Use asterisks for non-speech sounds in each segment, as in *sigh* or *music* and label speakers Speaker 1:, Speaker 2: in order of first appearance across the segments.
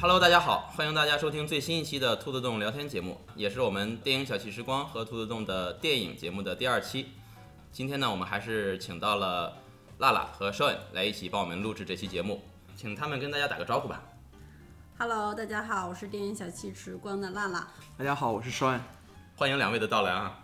Speaker 1: Hello，大家好，欢迎大家收听最新一期的兔子洞聊天节目，也是我们电影小憩时光和兔子洞的电影节目的第二期。今天呢，我们还是请到了辣辣和 Sean 来一起帮我们录制这期节目，请他们跟大家打个招呼吧。
Speaker 2: Hello，大家好，我是电影小憩时光的辣辣。
Speaker 3: 大家好，我是栓。
Speaker 1: 欢迎两位的到来啊！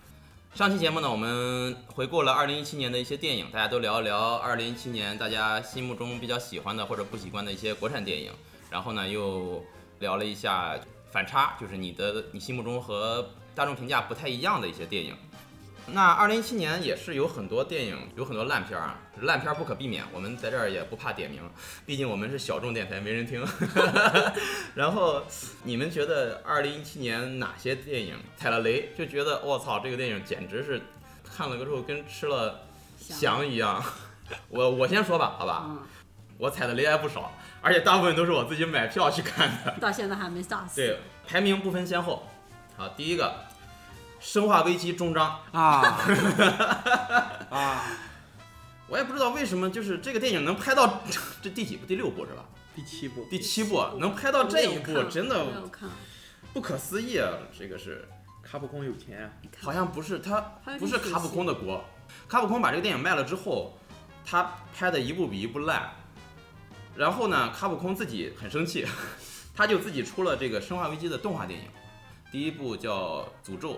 Speaker 1: 上期节目呢，我们回顾了2017年的一些电影，大家都聊一聊2017年大家心目中比较喜欢的或者不喜欢的一些国产电影，然后呢又聊了一下反差，就是你的你心目中和大众评价不太一样的一些电影。那2017年也是有很多电影，有很多烂片儿啊，烂片儿不可避免，我们在这儿也不怕点名，毕竟我们是小众电台，没人听。 *laughs* 然后你们觉得二零一七年哪些电影踩了雷？就觉得我操，这个电影简直是看了之后跟吃了翔一样。 *laughs* 我我先说吧，好吧，
Speaker 2: 嗯，
Speaker 1: 我踩的雷还不少，而且大部分都是我自己买票去看
Speaker 2: *laughs*
Speaker 1: 的。
Speaker 2: 到现在还没炸死。
Speaker 1: 对，排名不分先后。好，第一个《生化危机》终章，
Speaker 3: *laughs* 啊啊！
Speaker 1: 我也不知道为什么，就是这个电影能拍到 *laughs* 这第几部？第六部是吧？
Speaker 3: 第七部，
Speaker 1: 第七部啊能拍到这一步，真
Speaker 2: 没有
Speaker 1: 的
Speaker 2: 看，
Speaker 1: 不可思议啊！这个是。
Speaker 3: 卡普空有钱啊！
Speaker 2: 没看
Speaker 1: 好像不是他
Speaker 2: 还有，
Speaker 1: 不
Speaker 2: 一
Speaker 1: 是
Speaker 2: 个
Speaker 1: 卡普空的锅。卡普空把这个电影卖了之后，他拍的一部比一部烂。然后呢，卡普空自己很生气， *laughs* 他就自己出了这个《生化危机》的动画电影，第一部叫《诅咒》，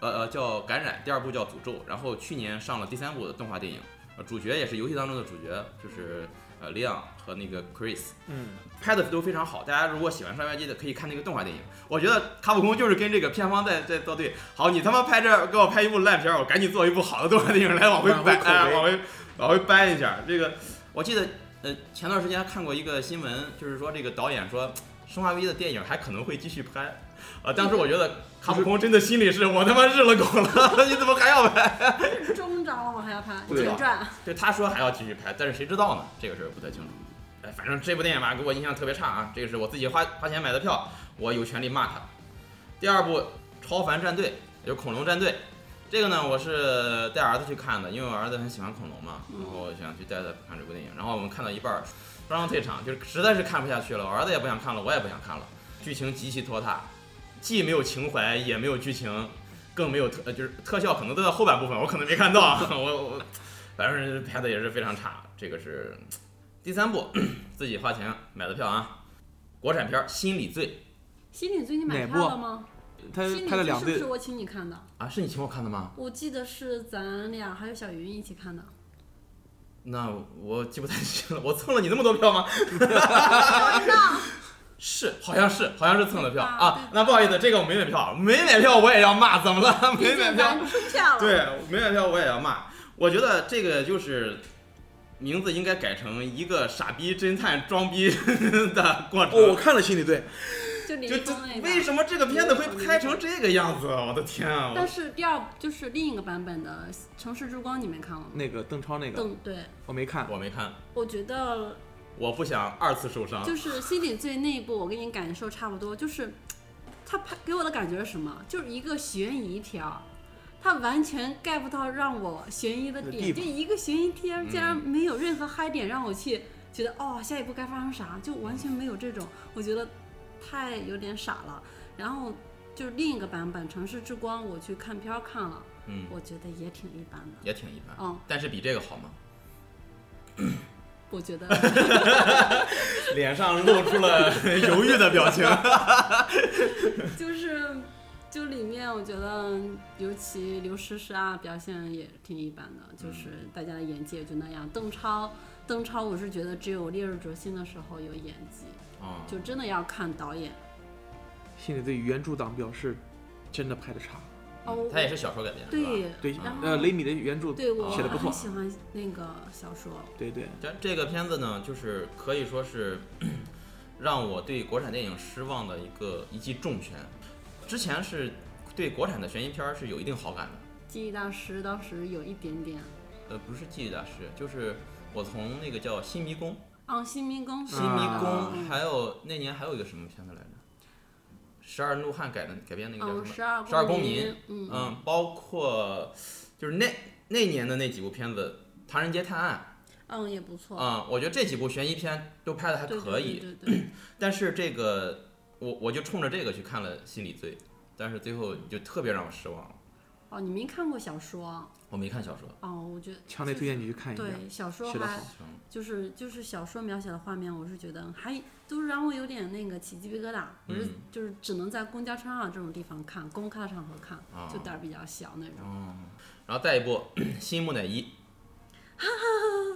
Speaker 1: 呃呃叫《感染》，第二部叫《诅咒》，然后去年上了第三部的动画电影，呃主角也是游戏当中的主角，就是呃 Leon 和那个 Chris。
Speaker 3: 嗯，
Speaker 1: 拍的都非常好，大家如果喜欢《生化危机》的，可以看那个动画电影。我觉得卡普空就是跟这个片方在在作对。好，你他妈拍这给我拍一部烂片儿，我赶紧做一部好的动画电影来往回
Speaker 3: 挽回
Speaker 1: 掰，
Speaker 3: 口碑
Speaker 1: 哎往回往回掰一下。这个我记得，呃，前段时间看过一个新闻，就是说这个导演说《生化危机》的电影还可能会继续拍。呃，当时我觉得卡普空真的心里是我他妈日了狗了， *laughs* 你怎么还要拍？
Speaker 2: 中招了，我还要拍
Speaker 1: 对啊
Speaker 2: 前传。
Speaker 1: 对，他说还要继续拍，但是谁知道呢？这个事儿不太清楚。哎，反正这部电影吧，给我印象特别差啊。这个是我自己花花钱买的票，我有权利骂他。第二部《超凡战队》，也就是恐龙战队，这个呢，我是带儿子去看的，因为我儿子很喜欢恐龙嘛，
Speaker 2: 嗯
Speaker 1: 然后我想去带他看这部电影。然后我们看到一半儿，双双退场，就是实在是看不下去了，我儿子也不想看了，我也不想看了，剧情极其拖沓，既没有情怀，也没有剧情，更没有特，呃就是特效可能都在后半部分，我可能没看到 *laughs* 啊，我我反正拍的也是非常差。这个是第三部，自己花钱买的票啊，国产片儿《心理罪
Speaker 2: 心理最近买
Speaker 3: 哪
Speaker 2: 票了吗？
Speaker 3: 他
Speaker 2: 心理
Speaker 3: 拍了
Speaker 2: 最
Speaker 3: 两
Speaker 2: 是不
Speaker 3: 对
Speaker 2: 是，我请你看的？》
Speaker 1: 啊，是你请我看的吗？
Speaker 2: 我记得是咱俩还有小云一起
Speaker 1: *laughs*
Speaker 2: 看的。
Speaker 1: 那我记不太清了，我蹭了你那么多票吗？
Speaker 2: 那
Speaker 1: 是，好像是，好像是蹭的票
Speaker 2: 对吧对
Speaker 1: 啊
Speaker 2: 吧。
Speaker 1: 那不好意思，这个我没买票，没买票我也要骂，怎么了？
Speaker 2: 毕
Speaker 1: 没买票
Speaker 2: 竟咱，出票了。
Speaker 1: 对，没买票我也要骂。我觉得这个就是名字应该改成一个傻逼侦探装逼的过程。
Speaker 3: 哦，我看了《心理队
Speaker 2: 就李
Speaker 1: 就
Speaker 2: 易
Speaker 1: 这
Speaker 2: 峰那
Speaker 1: 为
Speaker 2: 个。
Speaker 1: 什么这个片子会拍成这个样子？我的天啊！
Speaker 2: 但是第二就是另一个版本的《城市之光》，你没看过》，吗？
Speaker 3: 那个邓超那个，
Speaker 2: 邓对，
Speaker 3: 我没看。
Speaker 1: 我没看，
Speaker 2: 我觉得
Speaker 1: 我不想二次受
Speaker 3: 啊
Speaker 1: 伤。
Speaker 2: 就是心理罪那一部，我跟你感受差不多，就是他拍给我的感觉是什么？就是一个悬疑片儿，他完全 get 不到让我悬疑的
Speaker 3: 的
Speaker 2: 点，
Speaker 3: 地
Speaker 2: 就
Speaker 3: 方嗯
Speaker 2: 一个悬疑片儿竟然没有任何嗨点让我去觉得哦下一步该发生啥，就完全没有这种，我觉得太有点傻了。然后就是另一个版本《城市之光》，我去看片儿看了，
Speaker 1: 嗯，
Speaker 2: 我觉得也挺一般的，
Speaker 1: 也挺一般，
Speaker 2: 嗯，
Speaker 1: 但是比这个好吗？
Speaker 2: 我觉得
Speaker 1: 脸上露出 *laughs* 了犹豫的表情。
Speaker 2: 就是。就里面，我觉得尤其刘诗诗啊，表现也挺一般的，就是大家的演技也就那样。邓超，邓超，我是觉得只有《烈日灼心》的时候有演技，
Speaker 1: 啊，
Speaker 2: 就真的要看导演。
Speaker 3: 心理队原著党表示，真的拍的差。
Speaker 2: 哦，
Speaker 1: 他也是小说改编，是吧？
Speaker 2: 对
Speaker 3: 对
Speaker 2: 然，后
Speaker 3: 呃，雷米的原著
Speaker 2: 啊对，我
Speaker 3: 写的不
Speaker 2: 很
Speaker 3: 错。
Speaker 2: 喜欢那个小说。
Speaker 3: 对对，
Speaker 1: 这这个片子呢，就是可以说是 *clears throat* 让我对国产电影失望的一个一记重拳。之前是对国产的悬疑片儿是有一定好感的，
Speaker 2: 记忆大师当时有一点点，
Speaker 1: 呃，不是记忆大师，就是我从那个叫《新迷宫》，
Speaker 2: 哦，新迷宫，
Speaker 1: 《新迷宫
Speaker 3: 啊》
Speaker 2: 嗯
Speaker 1: 还有那年还有一个什么片子来着，《十二怒汉》改的改编那个叫
Speaker 2: 嗯，
Speaker 1: 什么？
Speaker 2: 十二
Speaker 1: 十二公
Speaker 2: 民
Speaker 1: 民，
Speaker 2: 嗯，
Speaker 1: 嗯，包括就是那那年的那几部片子，《唐人街探案啊
Speaker 2: 嗯，也不》错，
Speaker 1: 嗯，我觉得这几部悬疑片都拍的还
Speaker 2: 对
Speaker 1: 可以，，
Speaker 2: 对对对对
Speaker 1: 但是这个我我就冲着这个去看了《心理罪》，但是最后就特别让我失望了。
Speaker 2: 哦，你没看过小说
Speaker 1: 我没看小说，
Speaker 2: 哦，我觉得
Speaker 3: 强烈推荐你去看一下。
Speaker 2: 对小说
Speaker 3: 写得
Speaker 2: 还
Speaker 3: 好
Speaker 1: 行
Speaker 2: 就是就是小说描写的画面，我是觉得还都让我有点那个起鸡皮疙瘩。我是
Speaker 1: 嗯
Speaker 2: 就是只能在公交车上这种地方看，公开的场合看，
Speaker 1: 啊
Speaker 2: 就胆儿比较小那种。
Speaker 1: 哦然后再一部《 *clears throat* 新木乃伊》，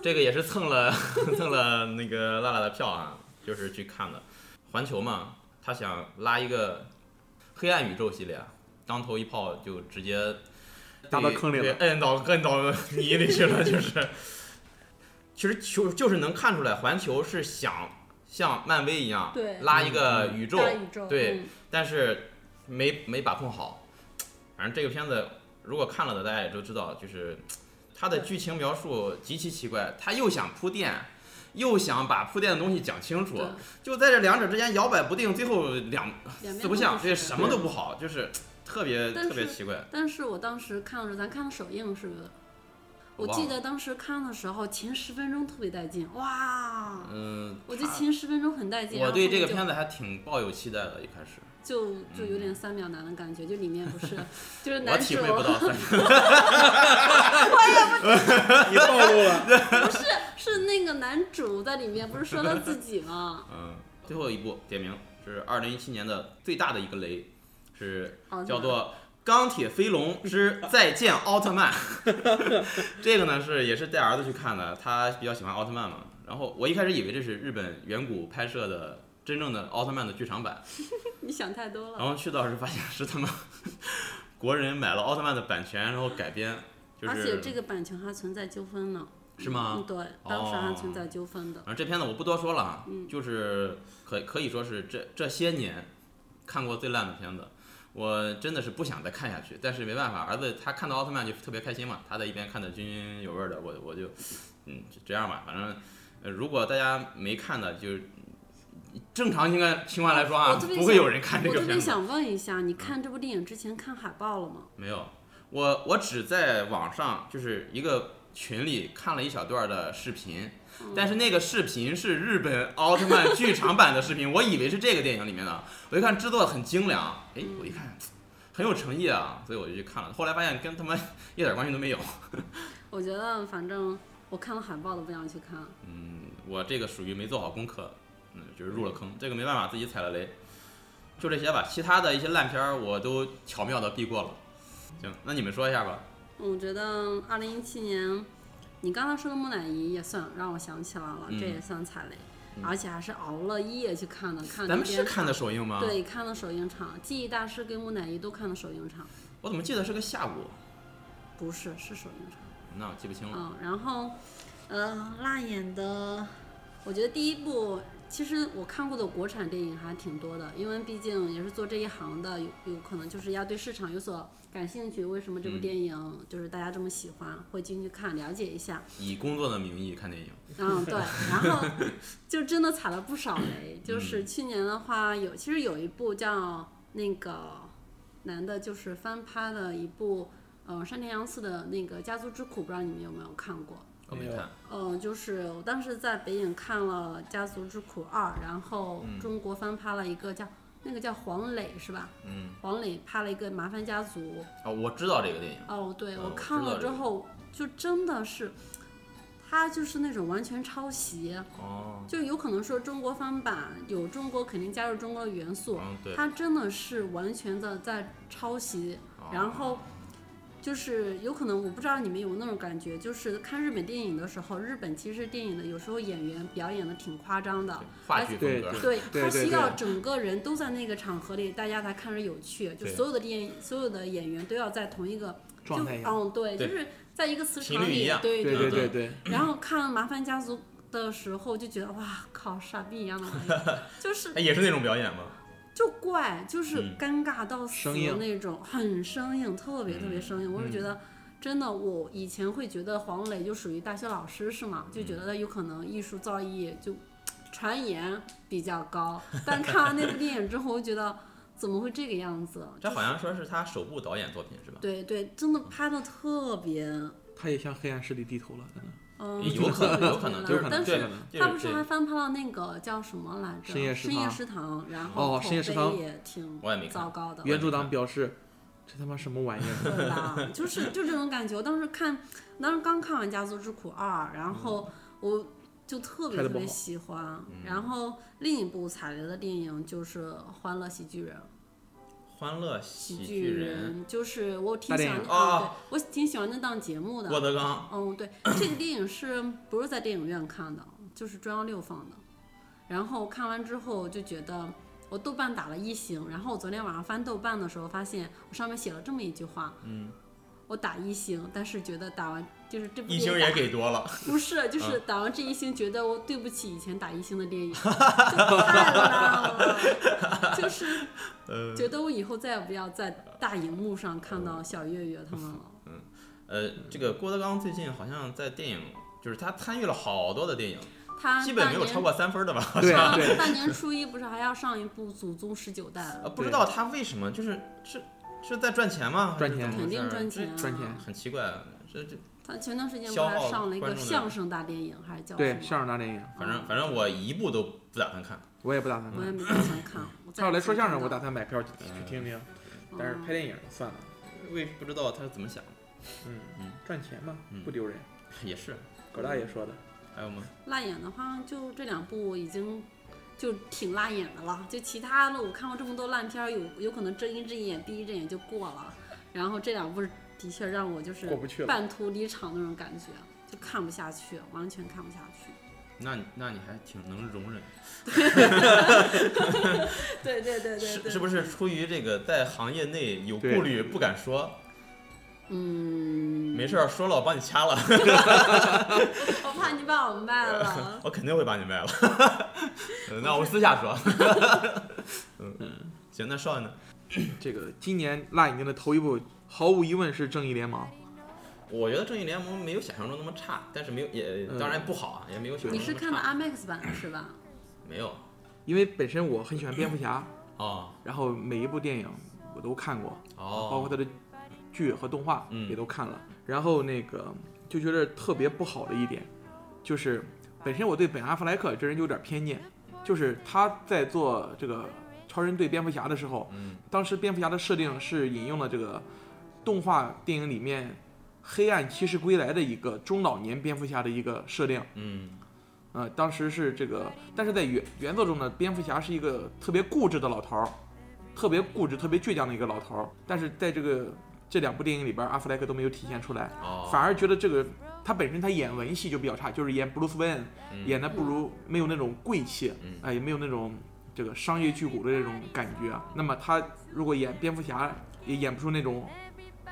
Speaker 1: 这个也是蹭了 *laughs* 蹭了那个辣辣的票啊，就是去看的。环球嘛，他想拉一个黑暗宇宙系列，啊，当头一炮就直接
Speaker 3: 打到坑里了
Speaker 1: 对，摁到摁到泥里去了， *laughs* 就是。其实就就是能看出来，环球是想像漫威一样
Speaker 2: 对
Speaker 1: 啊拉一个宇宙，
Speaker 2: 大宇宙
Speaker 1: 对
Speaker 2: 嗯
Speaker 1: 但是没没把控好。反正这个片子如果看了的，大家也都知道，就是它的
Speaker 2: 对
Speaker 1: 剧情描述极其奇怪，它又想铺垫，又想把铺垫的东西讲清楚
Speaker 2: 对，
Speaker 1: 就在这两者之间摇摆不定，最后两
Speaker 2: 两边
Speaker 1: 四不
Speaker 2: 都
Speaker 1: 像，
Speaker 2: 是
Speaker 1: 这什么都不好，就是特别
Speaker 2: 但是
Speaker 1: 特别奇怪。
Speaker 2: 但是我当时看的时候，咱看的首映是不是？
Speaker 1: 我
Speaker 2: 我
Speaker 1: 忘
Speaker 2: 记
Speaker 1: 了
Speaker 2: 得当时看的时候，前十分钟特别带劲，哇！
Speaker 1: 嗯，
Speaker 2: 我觉得
Speaker 1: 它
Speaker 2: 前十分钟很带劲。然
Speaker 1: 我
Speaker 2: 后
Speaker 1: 对
Speaker 2: 后
Speaker 1: 这个
Speaker 2: 面就
Speaker 1: 片子还挺抱有期待的，一开始
Speaker 2: 就就有点三秒男的感觉，就里面不
Speaker 1: *laughs*
Speaker 2: 是，就是
Speaker 1: 我
Speaker 2: 男
Speaker 1: 体
Speaker 2: 主，
Speaker 1: 会不
Speaker 2: *laughs*
Speaker 1: 到，反正？
Speaker 3: *laughs* 你暴露了，
Speaker 2: 不是是那个男主在里面不是说他自己吗
Speaker 1: *laughs* 嗯，最后一部点名是二零一七年的最大的一个雷，是
Speaker 2: 哦
Speaker 1: 叫做《钢铁飞龙之再见奥特
Speaker 2: *laughs*
Speaker 1: 曼》。这个呢是也是带儿子去看的，他比较喜欢奥特曼嘛。然后我一开始以为这是日本远古拍摄的真正的奥特曼的剧场版，
Speaker 2: 你想太多了。
Speaker 1: 然后去到时发现是他们国人买了奥特曼的版权，然后改编，就是哦
Speaker 2: 而且这个版权还存在纠纷呢，
Speaker 1: 是吗？
Speaker 2: 嗯，对，当时还存在纠纷的。
Speaker 1: 然后这片子我不多说了啊，就是可可以说是这这些年看过最烂的片子，我真的是不想再看下去，但是没办法，儿子他看到奥特曼就特别开心嘛，他在一边看的津津有味的，我我就嗯就这样吧，反正、呃如果大家没看的就正常情况情况来说
Speaker 2: 我
Speaker 1: 啊
Speaker 2: 特，别
Speaker 1: 不会有人看这
Speaker 2: 我
Speaker 1: 个
Speaker 2: 特别
Speaker 1: 片子，
Speaker 2: 想问一下，你看这部电影之前看海报了吗？
Speaker 1: 没有，我我只在网上就是一个群里看了一小段的视频。
Speaker 2: 嗯
Speaker 1: 但是那个视频是日本奥特曼剧场版的视频， *laughs* 我以为是这个电影里面的，我一看制作很精良，哎，我一看
Speaker 2: 嗯
Speaker 1: 很有诚意啊，所以我就去看了。后来发现跟他们一点关系都没有。
Speaker 2: 我觉得反正我看了海报都不想去看。
Speaker 1: 嗯，我这个属于没做好功课，嗯，就是入了坑，这个没办法，自己踩了雷。就这些吧，其他的一些烂片儿我都巧妙的避过了。行，那你们说一下吧。
Speaker 2: 我觉得二零一七年，你刚才说的木乃伊也算让我想起来了，
Speaker 1: 嗯
Speaker 2: 这也算踩雷，而且还是熬了夜去看的，看
Speaker 1: 咱们
Speaker 2: 这
Speaker 1: 是
Speaker 2: 边
Speaker 1: 看的首映吗？
Speaker 2: 对看了首映场，《记忆大师》跟木乃伊都看了首映场，
Speaker 1: 我怎么记得是个下午？
Speaker 2: 不是是首映场。
Speaker 1: 那我记不清了。
Speaker 2: 嗯，然后，呃，辣眼的，我觉得第一部其实我看过的国产电影还挺多的，因为毕竟也是做这一行的，有有可能就是要对市场有所感兴趣。为什么这部
Speaker 1: 嗯
Speaker 2: 电影就是大家这么喜欢，会进去看了解一下。
Speaker 1: 以工作的名义看电影，
Speaker 2: 嗯，
Speaker 1: *laughs*
Speaker 2: 对，然后就真的踩了不少雷。
Speaker 1: 嗯
Speaker 2: 就是去年的话有，其实有一部叫那个男的，就是翻拍的一部，呃，山田洋次的那个《家族之苦》，不知道你们有没有看过？
Speaker 1: 我没
Speaker 3: 没有
Speaker 1: 看。
Speaker 2: 嗯，就是我当时在北影看了《家族之苦二》，然后
Speaker 1: 嗯
Speaker 2: 中国翻拍了一个叫、那个叫黄磊是吧？
Speaker 1: 嗯，
Speaker 2: 黄磊拍了一个《麻烦家族》。
Speaker 1: 哦，我知道这个电影。
Speaker 2: 哦，对，
Speaker 1: 哦
Speaker 2: 我
Speaker 1: 我
Speaker 2: 看
Speaker 1: 知道
Speaker 2: 了之
Speaker 1: 这个
Speaker 2: 后就真的是，他就是那种完全抄袭，
Speaker 1: 哦，
Speaker 2: 就有可能说中国翻版有中国肯定加入中国的元素，
Speaker 1: 嗯，对。
Speaker 2: 他真的是完全的在抄袭，
Speaker 1: 哦
Speaker 2: 然后就是有可能我不知道你们有没有那种感觉，就是看日本电影的时候，日本其实电影的有时候演员表演的挺夸张的
Speaker 1: 对，话剧风格，
Speaker 2: 对
Speaker 3: 对
Speaker 2: 他
Speaker 3: 对
Speaker 2: 需要
Speaker 3: 对
Speaker 2: 整个人都在那个场合里，大家才看着有趣，就
Speaker 1: 对
Speaker 2: 所有的电影所有的演员都要在同一个就
Speaker 3: 状态一样。
Speaker 2: 嗯对，
Speaker 1: 对
Speaker 2: 就是在一个磁
Speaker 1: 频
Speaker 2: 场
Speaker 1: 率一
Speaker 2: 里
Speaker 1: 样，
Speaker 2: 对
Speaker 3: 对
Speaker 1: 对
Speaker 3: 对对，
Speaker 2: 然后看《麻烦家族》的时候就觉得哇靠，傻逼一样的玩
Speaker 1: *laughs*
Speaker 2: 意儿，就是
Speaker 1: 哎，也是那种表演吗？
Speaker 2: 就怪，就是
Speaker 1: 嗯
Speaker 2: 尴尬到死
Speaker 3: 生硬
Speaker 2: 的那种，很生硬，特别特
Speaker 1: 嗯
Speaker 2: 别生硬。我是觉得，真的，我以前会觉得黄磊就属于大学老师是吗？就觉
Speaker 1: 嗯
Speaker 2: 得他有可能艺术造诣就传言比较高，但看完那部电影之后，我就觉得怎么会这个样子？
Speaker 1: 这好像 *laughs* 说是他首部导演作品是吧？
Speaker 2: 对对，真的拍的特别
Speaker 3: 他也向黑暗势力低头了，真的。
Speaker 2: 嗯，
Speaker 1: 有可能有可
Speaker 2: *laughs*
Speaker 1: 能
Speaker 3: 有
Speaker 1: 就是
Speaker 3: 可能，
Speaker 2: 但
Speaker 3: 有
Speaker 1: 对
Speaker 3: 可
Speaker 2: 是
Speaker 3: 能。
Speaker 1: 这
Speaker 2: 他
Speaker 1: 个
Speaker 2: 不是
Speaker 1: 这
Speaker 2: 还
Speaker 1: 个
Speaker 2: 翻拍了那个叫什么来着？
Speaker 3: 深夜食
Speaker 2: 深夜
Speaker 3: 堂
Speaker 2: 食堂，然
Speaker 3: 哦
Speaker 2: 后口
Speaker 3: 深夜食堂
Speaker 2: 碑也挺
Speaker 1: 我也没看
Speaker 2: 糟糕的，
Speaker 3: 原著党表示，这他妈什么玩意儿？
Speaker 2: 对吧？
Speaker 3: *laughs*
Speaker 2: 就是就这种感觉。我当时看，当时刚看完《家族之苦二》，然后我就特别
Speaker 3: 嗯拍得
Speaker 2: 特
Speaker 3: 不
Speaker 2: 别
Speaker 3: 好嗯
Speaker 2: 喜欢。然后另一部踩雷的电影就是《欢乐喜剧人》。
Speaker 1: 欢乐
Speaker 2: 喜
Speaker 1: 喜
Speaker 2: 剧
Speaker 1: 剧人，
Speaker 2: 人就是我挺
Speaker 3: 大
Speaker 2: 喜
Speaker 3: 电
Speaker 2: 欢
Speaker 3: 影
Speaker 2: 那，
Speaker 1: 啊
Speaker 2: 嗯对，我挺喜欢那档节目
Speaker 1: 郭
Speaker 2: 的。
Speaker 1: 德纲，
Speaker 2: 嗯，对，这个电影是不是在电影院看的？就是中央六放的。然后看完之后就觉得，我豆瓣打了一星，然后我昨天晚上翻豆瓣的时候发现，我上面写了这么一句话，
Speaker 1: 嗯，
Speaker 2: 我打一星，但是觉得打完就是这部
Speaker 1: 一
Speaker 2: 电
Speaker 1: 星嗯
Speaker 2: 影
Speaker 1: 也
Speaker 2: 打
Speaker 1: 给多了，
Speaker 2: 不是，就是打完这一星，觉得我对不起以前打一星
Speaker 1: *laughs*
Speaker 2: 的电影，就太烂了，就是
Speaker 1: 呃
Speaker 2: 觉得我以后再也不要在大荧幕上看到小岳岳他们了。
Speaker 1: 呃，这个郭德纲最近好像在电影，就是他参与了好多的电影，
Speaker 2: 他
Speaker 1: 基本没有
Speaker 2: 大年
Speaker 1: 超过三分的吧？ *laughs*
Speaker 3: 对
Speaker 2: 大
Speaker 3: 对，
Speaker 2: 大年初一不是还要上一部《祖宗十九代》
Speaker 1: 呃，
Speaker 2: 了？
Speaker 1: 不知道他为什么，就是是是在赚钱吗？
Speaker 3: 赚钱
Speaker 1: 还是怎么回
Speaker 2: 肯
Speaker 1: 事
Speaker 2: 定
Speaker 1: 儿
Speaker 2: 赚钱啊！
Speaker 3: 赚钱
Speaker 1: 这很奇怪，啊这这
Speaker 2: 他前段时间不是
Speaker 1: 消耗
Speaker 2: 还上了一
Speaker 1: 观
Speaker 2: 个
Speaker 1: 众的
Speaker 2: 相声大电影，还是叫什
Speaker 3: 对，
Speaker 2: 么？
Speaker 3: 相声大电影，
Speaker 1: 反正
Speaker 2: 嗯
Speaker 1: 反正我一部都不打算看，
Speaker 3: 我也不打算
Speaker 2: 我也
Speaker 3: 看。
Speaker 2: 没打算看。我再
Speaker 3: 他要
Speaker 2: 也
Speaker 3: 嗯来
Speaker 2: 不
Speaker 3: 说相声，
Speaker 2: 看
Speaker 3: 我
Speaker 2: 到
Speaker 3: 打算买票去去听听，但是
Speaker 2: 嗯
Speaker 3: 拍电影算了，
Speaker 1: 为不知道他是怎么想的，
Speaker 3: 嗯
Speaker 1: 嗯，
Speaker 3: 赚钱嘛
Speaker 1: 嗯，
Speaker 3: 不丢人。
Speaker 1: *laughs* 也是。
Speaker 3: 狗大爷说的，
Speaker 1: 还有吗？
Speaker 2: 辣眼的话，就这两部已经就挺辣眼的了。就其他的，我看过这么多烂片儿，有有可能睁一只眼闭一只眼就过了。然后这两部的确让我就是
Speaker 3: 过不去了
Speaker 2: 半途离场那种感觉，就看不下去，完全看不下去。
Speaker 1: 那你那你还挺能容忍，
Speaker 2: 对对对对
Speaker 1: 是
Speaker 2: 对，
Speaker 1: 是不是？出于这个在行业内有顾
Speaker 3: 对
Speaker 1: 虑不敢说，
Speaker 2: 嗯，
Speaker 1: 没事儿说了我帮你掐了，
Speaker 2: 我怕你把我卖了。
Speaker 1: *laughs* 我肯定会把你卖了。呃那我们私下说。 *laughs* 嗯， *laughs* 行，那少爷呢？
Speaker 3: 这个今年辣影的头一部，毫无疑问是《正义联盟》。
Speaker 1: 我觉得《正义联盟》没有想象中那么差，但是没有也
Speaker 3: 嗯
Speaker 1: 当然不好啊，也没有想象
Speaker 2: 你
Speaker 1: 中那
Speaker 2: 是
Speaker 1: 么
Speaker 2: 看的
Speaker 1: 差
Speaker 2: IMAX 版是吧？
Speaker 1: 没有
Speaker 3: 因为本身我很喜欢蝙蝠侠，
Speaker 1: 哦
Speaker 3: 然后每一部电影我都看过，
Speaker 1: 哦，
Speaker 3: 包括他的剧和动画
Speaker 1: 嗯
Speaker 3: 也都看了。然后那个就觉得特别不好的一点，就是本身我对本阿弗莱克这人有点偏见，就是他在做这个超人对蝙蝠侠的时候，
Speaker 1: 嗯
Speaker 3: 当时蝙蝠侠的设定是引用了这个动画电影里面《黑暗骑士归来》的一个中老年蝙蝠侠的一个设定。
Speaker 1: 嗯
Speaker 3: 呃，当时是这个，但是在原原作中呢，蝙蝠侠是一个特别固执的老头儿，特别固执、特别倔强的一个老头儿。但是在这个这两部电影里边儿，阿弗莱克都没有体现出来，
Speaker 1: 哦，
Speaker 3: 反而觉得这个他本身他演文戏就比较差，就是演 Bruce Wayne
Speaker 1: 嗯
Speaker 3: 演的不如没有那种贵气，
Speaker 1: 嗯
Speaker 3: 啊、也没有那种这个商业巨骨的这种感觉。啊那么他如果演蝙蝠侠，也演不出那种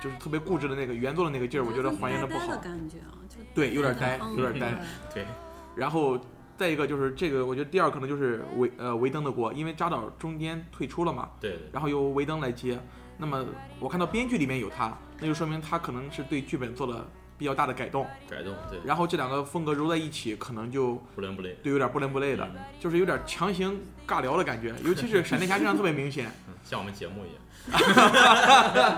Speaker 3: 就是特别固执的那个原作的那个劲儿，我觉得还原的
Speaker 2: 的
Speaker 3: 不好。
Speaker 2: 感觉啊，就
Speaker 3: 对，有点呆，
Speaker 2: 嗯
Speaker 3: 有点呆。
Speaker 2: 对
Speaker 1: 对，
Speaker 3: 然后再一个就是这个，我觉得第二可能就是维呃维登的锅，因为扎导中间退出了嘛，
Speaker 1: 对对，
Speaker 3: 然后由维登来接。那么我看到编剧里面有他，那就说明他可能是对剧本做了比较大的改动。
Speaker 1: 改动对，
Speaker 3: 然后这两个风格揉在一起，可能就
Speaker 1: 不伦不嗯类。
Speaker 3: 对有点不伦不类的，就是有点强行尬聊的感觉，尤其是闪电侠身上特别明显。
Speaker 1: 嗯像我们节目一样，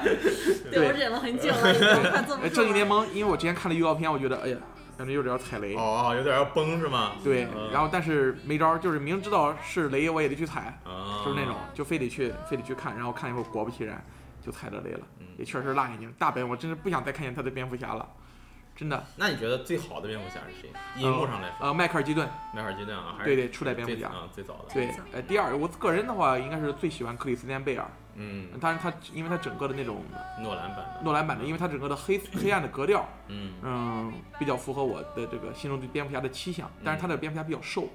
Speaker 2: 对
Speaker 3: *laughs* 对
Speaker 2: 我忍了很久了，已经快坐不
Speaker 3: 呃，
Speaker 2: 住
Speaker 3: 正义
Speaker 2: 了
Speaker 3: 联盟，因为我之前看了预告片，我觉得哎呀，感觉有点踩雷。
Speaker 1: 哦，有点要崩是吗？
Speaker 3: 哎对，
Speaker 1: 嗯
Speaker 3: 然后但是没招儿，就是明知道是雷，我也得去踩。
Speaker 1: 啊，
Speaker 3: 就是那种就非得去非得去看，然后看以后果不其然就踩着雷了，
Speaker 1: 嗯
Speaker 3: 也确实辣眼睛。大本我真是不想再看见他的蝙蝠侠了，真的。
Speaker 1: 那你觉得最好的蝙蝠侠是谁？银幕上来说，
Speaker 3: 呃，迈克尔基顿，
Speaker 1: 迈克尔基顿啊，还
Speaker 3: 对
Speaker 1: 是
Speaker 3: 对，初代蝙蝠
Speaker 1: 最
Speaker 3: 侠。
Speaker 1: 啊最早的，
Speaker 3: 对
Speaker 2: 最早，
Speaker 3: 呃，第二，我个人的话应该是最喜欢克里斯汀贝尔，
Speaker 1: 嗯，
Speaker 3: 当然他因为他整个的那种
Speaker 1: 诺兰版的，
Speaker 3: 诺兰版的，因为他整个的黑黑暗的格调，
Speaker 1: 嗯，嗯
Speaker 3: 嗯，比较符合我的这个心中对蝙蝠侠的期想。但是他的蝙蝠侠比较瘦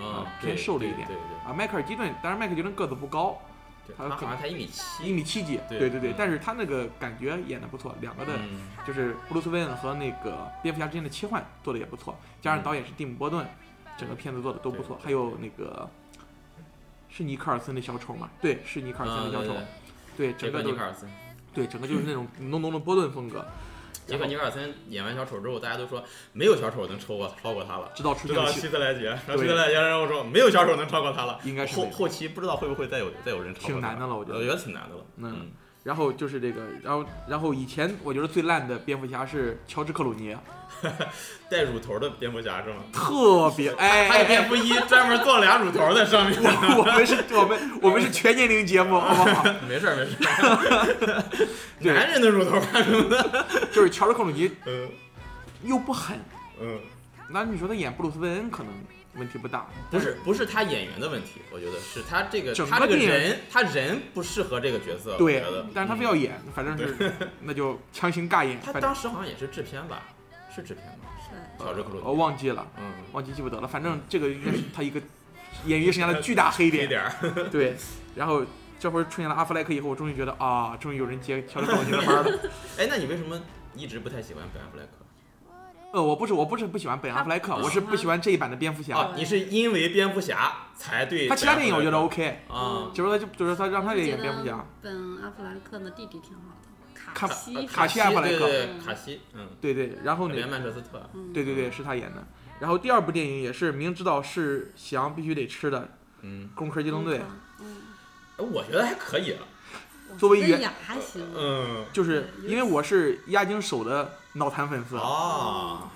Speaker 1: 啊，对
Speaker 3: 偏瘦了一
Speaker 1: 对
Speaker 3: 点
Speaker 1: 对对
Speaker 3: 啊，迈克尔基顿，当然迈克尔基顿个子不高，
Speaker 1: 对，
Speaker 3: 他
Speaker 1: 他
Speaker 3: 可
Speaker 1: 好像才一米
Speaker 3: 一
Speaker 1: 七，
Speaker 3: 米七几，
Speaker 1: 对
Speaker 3: 对对对
Speaker 1: 嗯，
Speaker 3: 但是他那个感觉演的不错，两个的
Speaker 1: 嗯
Speaker 3: 就是布鲁斯·韦恩和那个蝙蝠侠之间的切换做的也不错，加上导演是蒂姆·波顿，整个片子做的都不错。还有那个是尼克尔森的小丑嘛？对，是尼克尔
Speaker 1: 啊
Speaker 3: 森的小
Speaker 1: 对
Speaker 3: 丑，
Speaker 1: 对
Speaker 3: 嗯对，
Speaker 1: 杰
Speaker 3: 整
Speaker 1: 克
Speaker 3: 个
Speaker 1: 尼
Speaker 3: 都
Speaker 1: 克尔森，
Speaker 3: 对，整个就是那种浓浓的波顿风格。
Speaker 1: 杰克尼克尔森演完小丑之后，大家都说没有小丑能超过超过他了。
Speaker 3: 直到出
Speaker 1: 直
Speaker 3: 现
Speaker 1: 到
Speaker 3: 了
Speaker 1: 希
Speaker 3: 希
Speaker 1: 特莱杰，然后希
Speaker 3: 对
Speaker 1: 特莱杰，然后说没有小丑能超过他了。
Speaker 3: 应该是没
Speaker 1: 后
Speaker 3: 有
Speaker 1: 后期不知道会不会再有再有人超过他
Speaker 3: 挺难的了我觉得
Speaker 1: 我觉得挺难的了。
Speaker 3: 嗯，然后就是这个，然后然后以前我觉得最烂的蝙蝠侠是乔治克鲁尼，
Speaker 1: 带乳头的蝙蝠侠是吗？
Speaker 3: 特别哎，
Speaker 1: 还有
Speaker 3: 哎
Speaker 1: 蝙蝠一专门做俩乳头在上面。
Speaker 3: 哎我们是我们我们是全年龄节目，好不好？ *laughs*
Speaker 1: *laughs* 没事儿没事儿，
Speaker 3: 对
Speaker 1: 男人的乳头啊什么的。
Speaker 3: 就是乔治克鲁尼
Speaker 1: 嗯
Speaker 3: 又不狠，
Speaker 1: 嗯，
Speaker 3: 那你说他演布鲁斯韦恩可能问题不大，
Speaker 1: 不是不是他演员的问题，我觉得是他这个
Speaker 3: 整
Speaker 1: 他
Speaker 3: 个
Speaker 1: 这个
Speaker 3: 电影
Speaker 1: 人他人不适合这个角色，
Speaker 3: 对
Speaker 1: 我觉得，嗯
Speaker 3: 但是他非要演，反正是那就强行尬演，
Speaker 1: 他
Speaker 3: 反正
Speaker 1: 当时好像也是制片吧，是制片吧，
Speaker 2: 是
Speaker 1: 乔治克鲁尼
Speaker 3: 呃哦我忘记了，
Speaker 1: 嗯，
Speaker 3: 忘记记不得了，反正这个应该是他一个演员生涯的巨大黑
Speaker 1: 一
Speaker 3: 点，
Speaker 1: 点儿，
Speaker 3: 对，然后。这会儿出现了阿弗莱克以后，我终于觉得啊，终于有人接乔治克鲁尼的班了。
Speaker 1: 哎，那你为什么一直不太喜欢本·阿弗莱克？
Speaker 3: 呃，我不是，我不是不喜欢本阿弗莱克，
Speaker 2: 他不
Speaker 3: 我是不喜欢这一版的蝙蝠侠。
Speaker 1: 啊，你是因为蝙蝠侠才对
Speaker 3: 他其他电影我觉得
Speaker 1: 本
Speaker 3: OK，
Speaker 1: ·阿弗
Speaker 3: 就是他就就是他让他也演蝙蝠侠。。
Speaker 2: 本阿弗莱克的弟弟挺好的，
Speaker 3: 卡
Speaker 2: 西
Speaker 1: 莱克嗯，
Speaker 2: 是吧
Speaker 3: 卡西阿弗莱
Speaker 1: 对
Speaker 3: 克
Speaker 1: 对对，卡西，嗯，
Speaker 3: 对对，然后
Speaker 1: 可怜
Speaker 3: 呢，
Speaker 1: 曼彻斯特，
Speaker 2: 嗯
Speaker 3: 对对对，是他演的。然后第二部电影也是明知道是翔必须得吃的
Speaker 1: 嗯，
Speaker 3: 《工科机动队》，
Speaker 2: 嗯，
Speaker 1: 哎我觉得还可以了，
Speaker 2: 嗯
Speaker 3: 作为
Speaker 2: 我觉
Speaker 3: 原
Speaker 2: 得也还行，
Speaker 1: *laughs* 嗯，
Speaker 3: 就是因为我是押井守的脑残粉丝，
Speaker 1: 哦，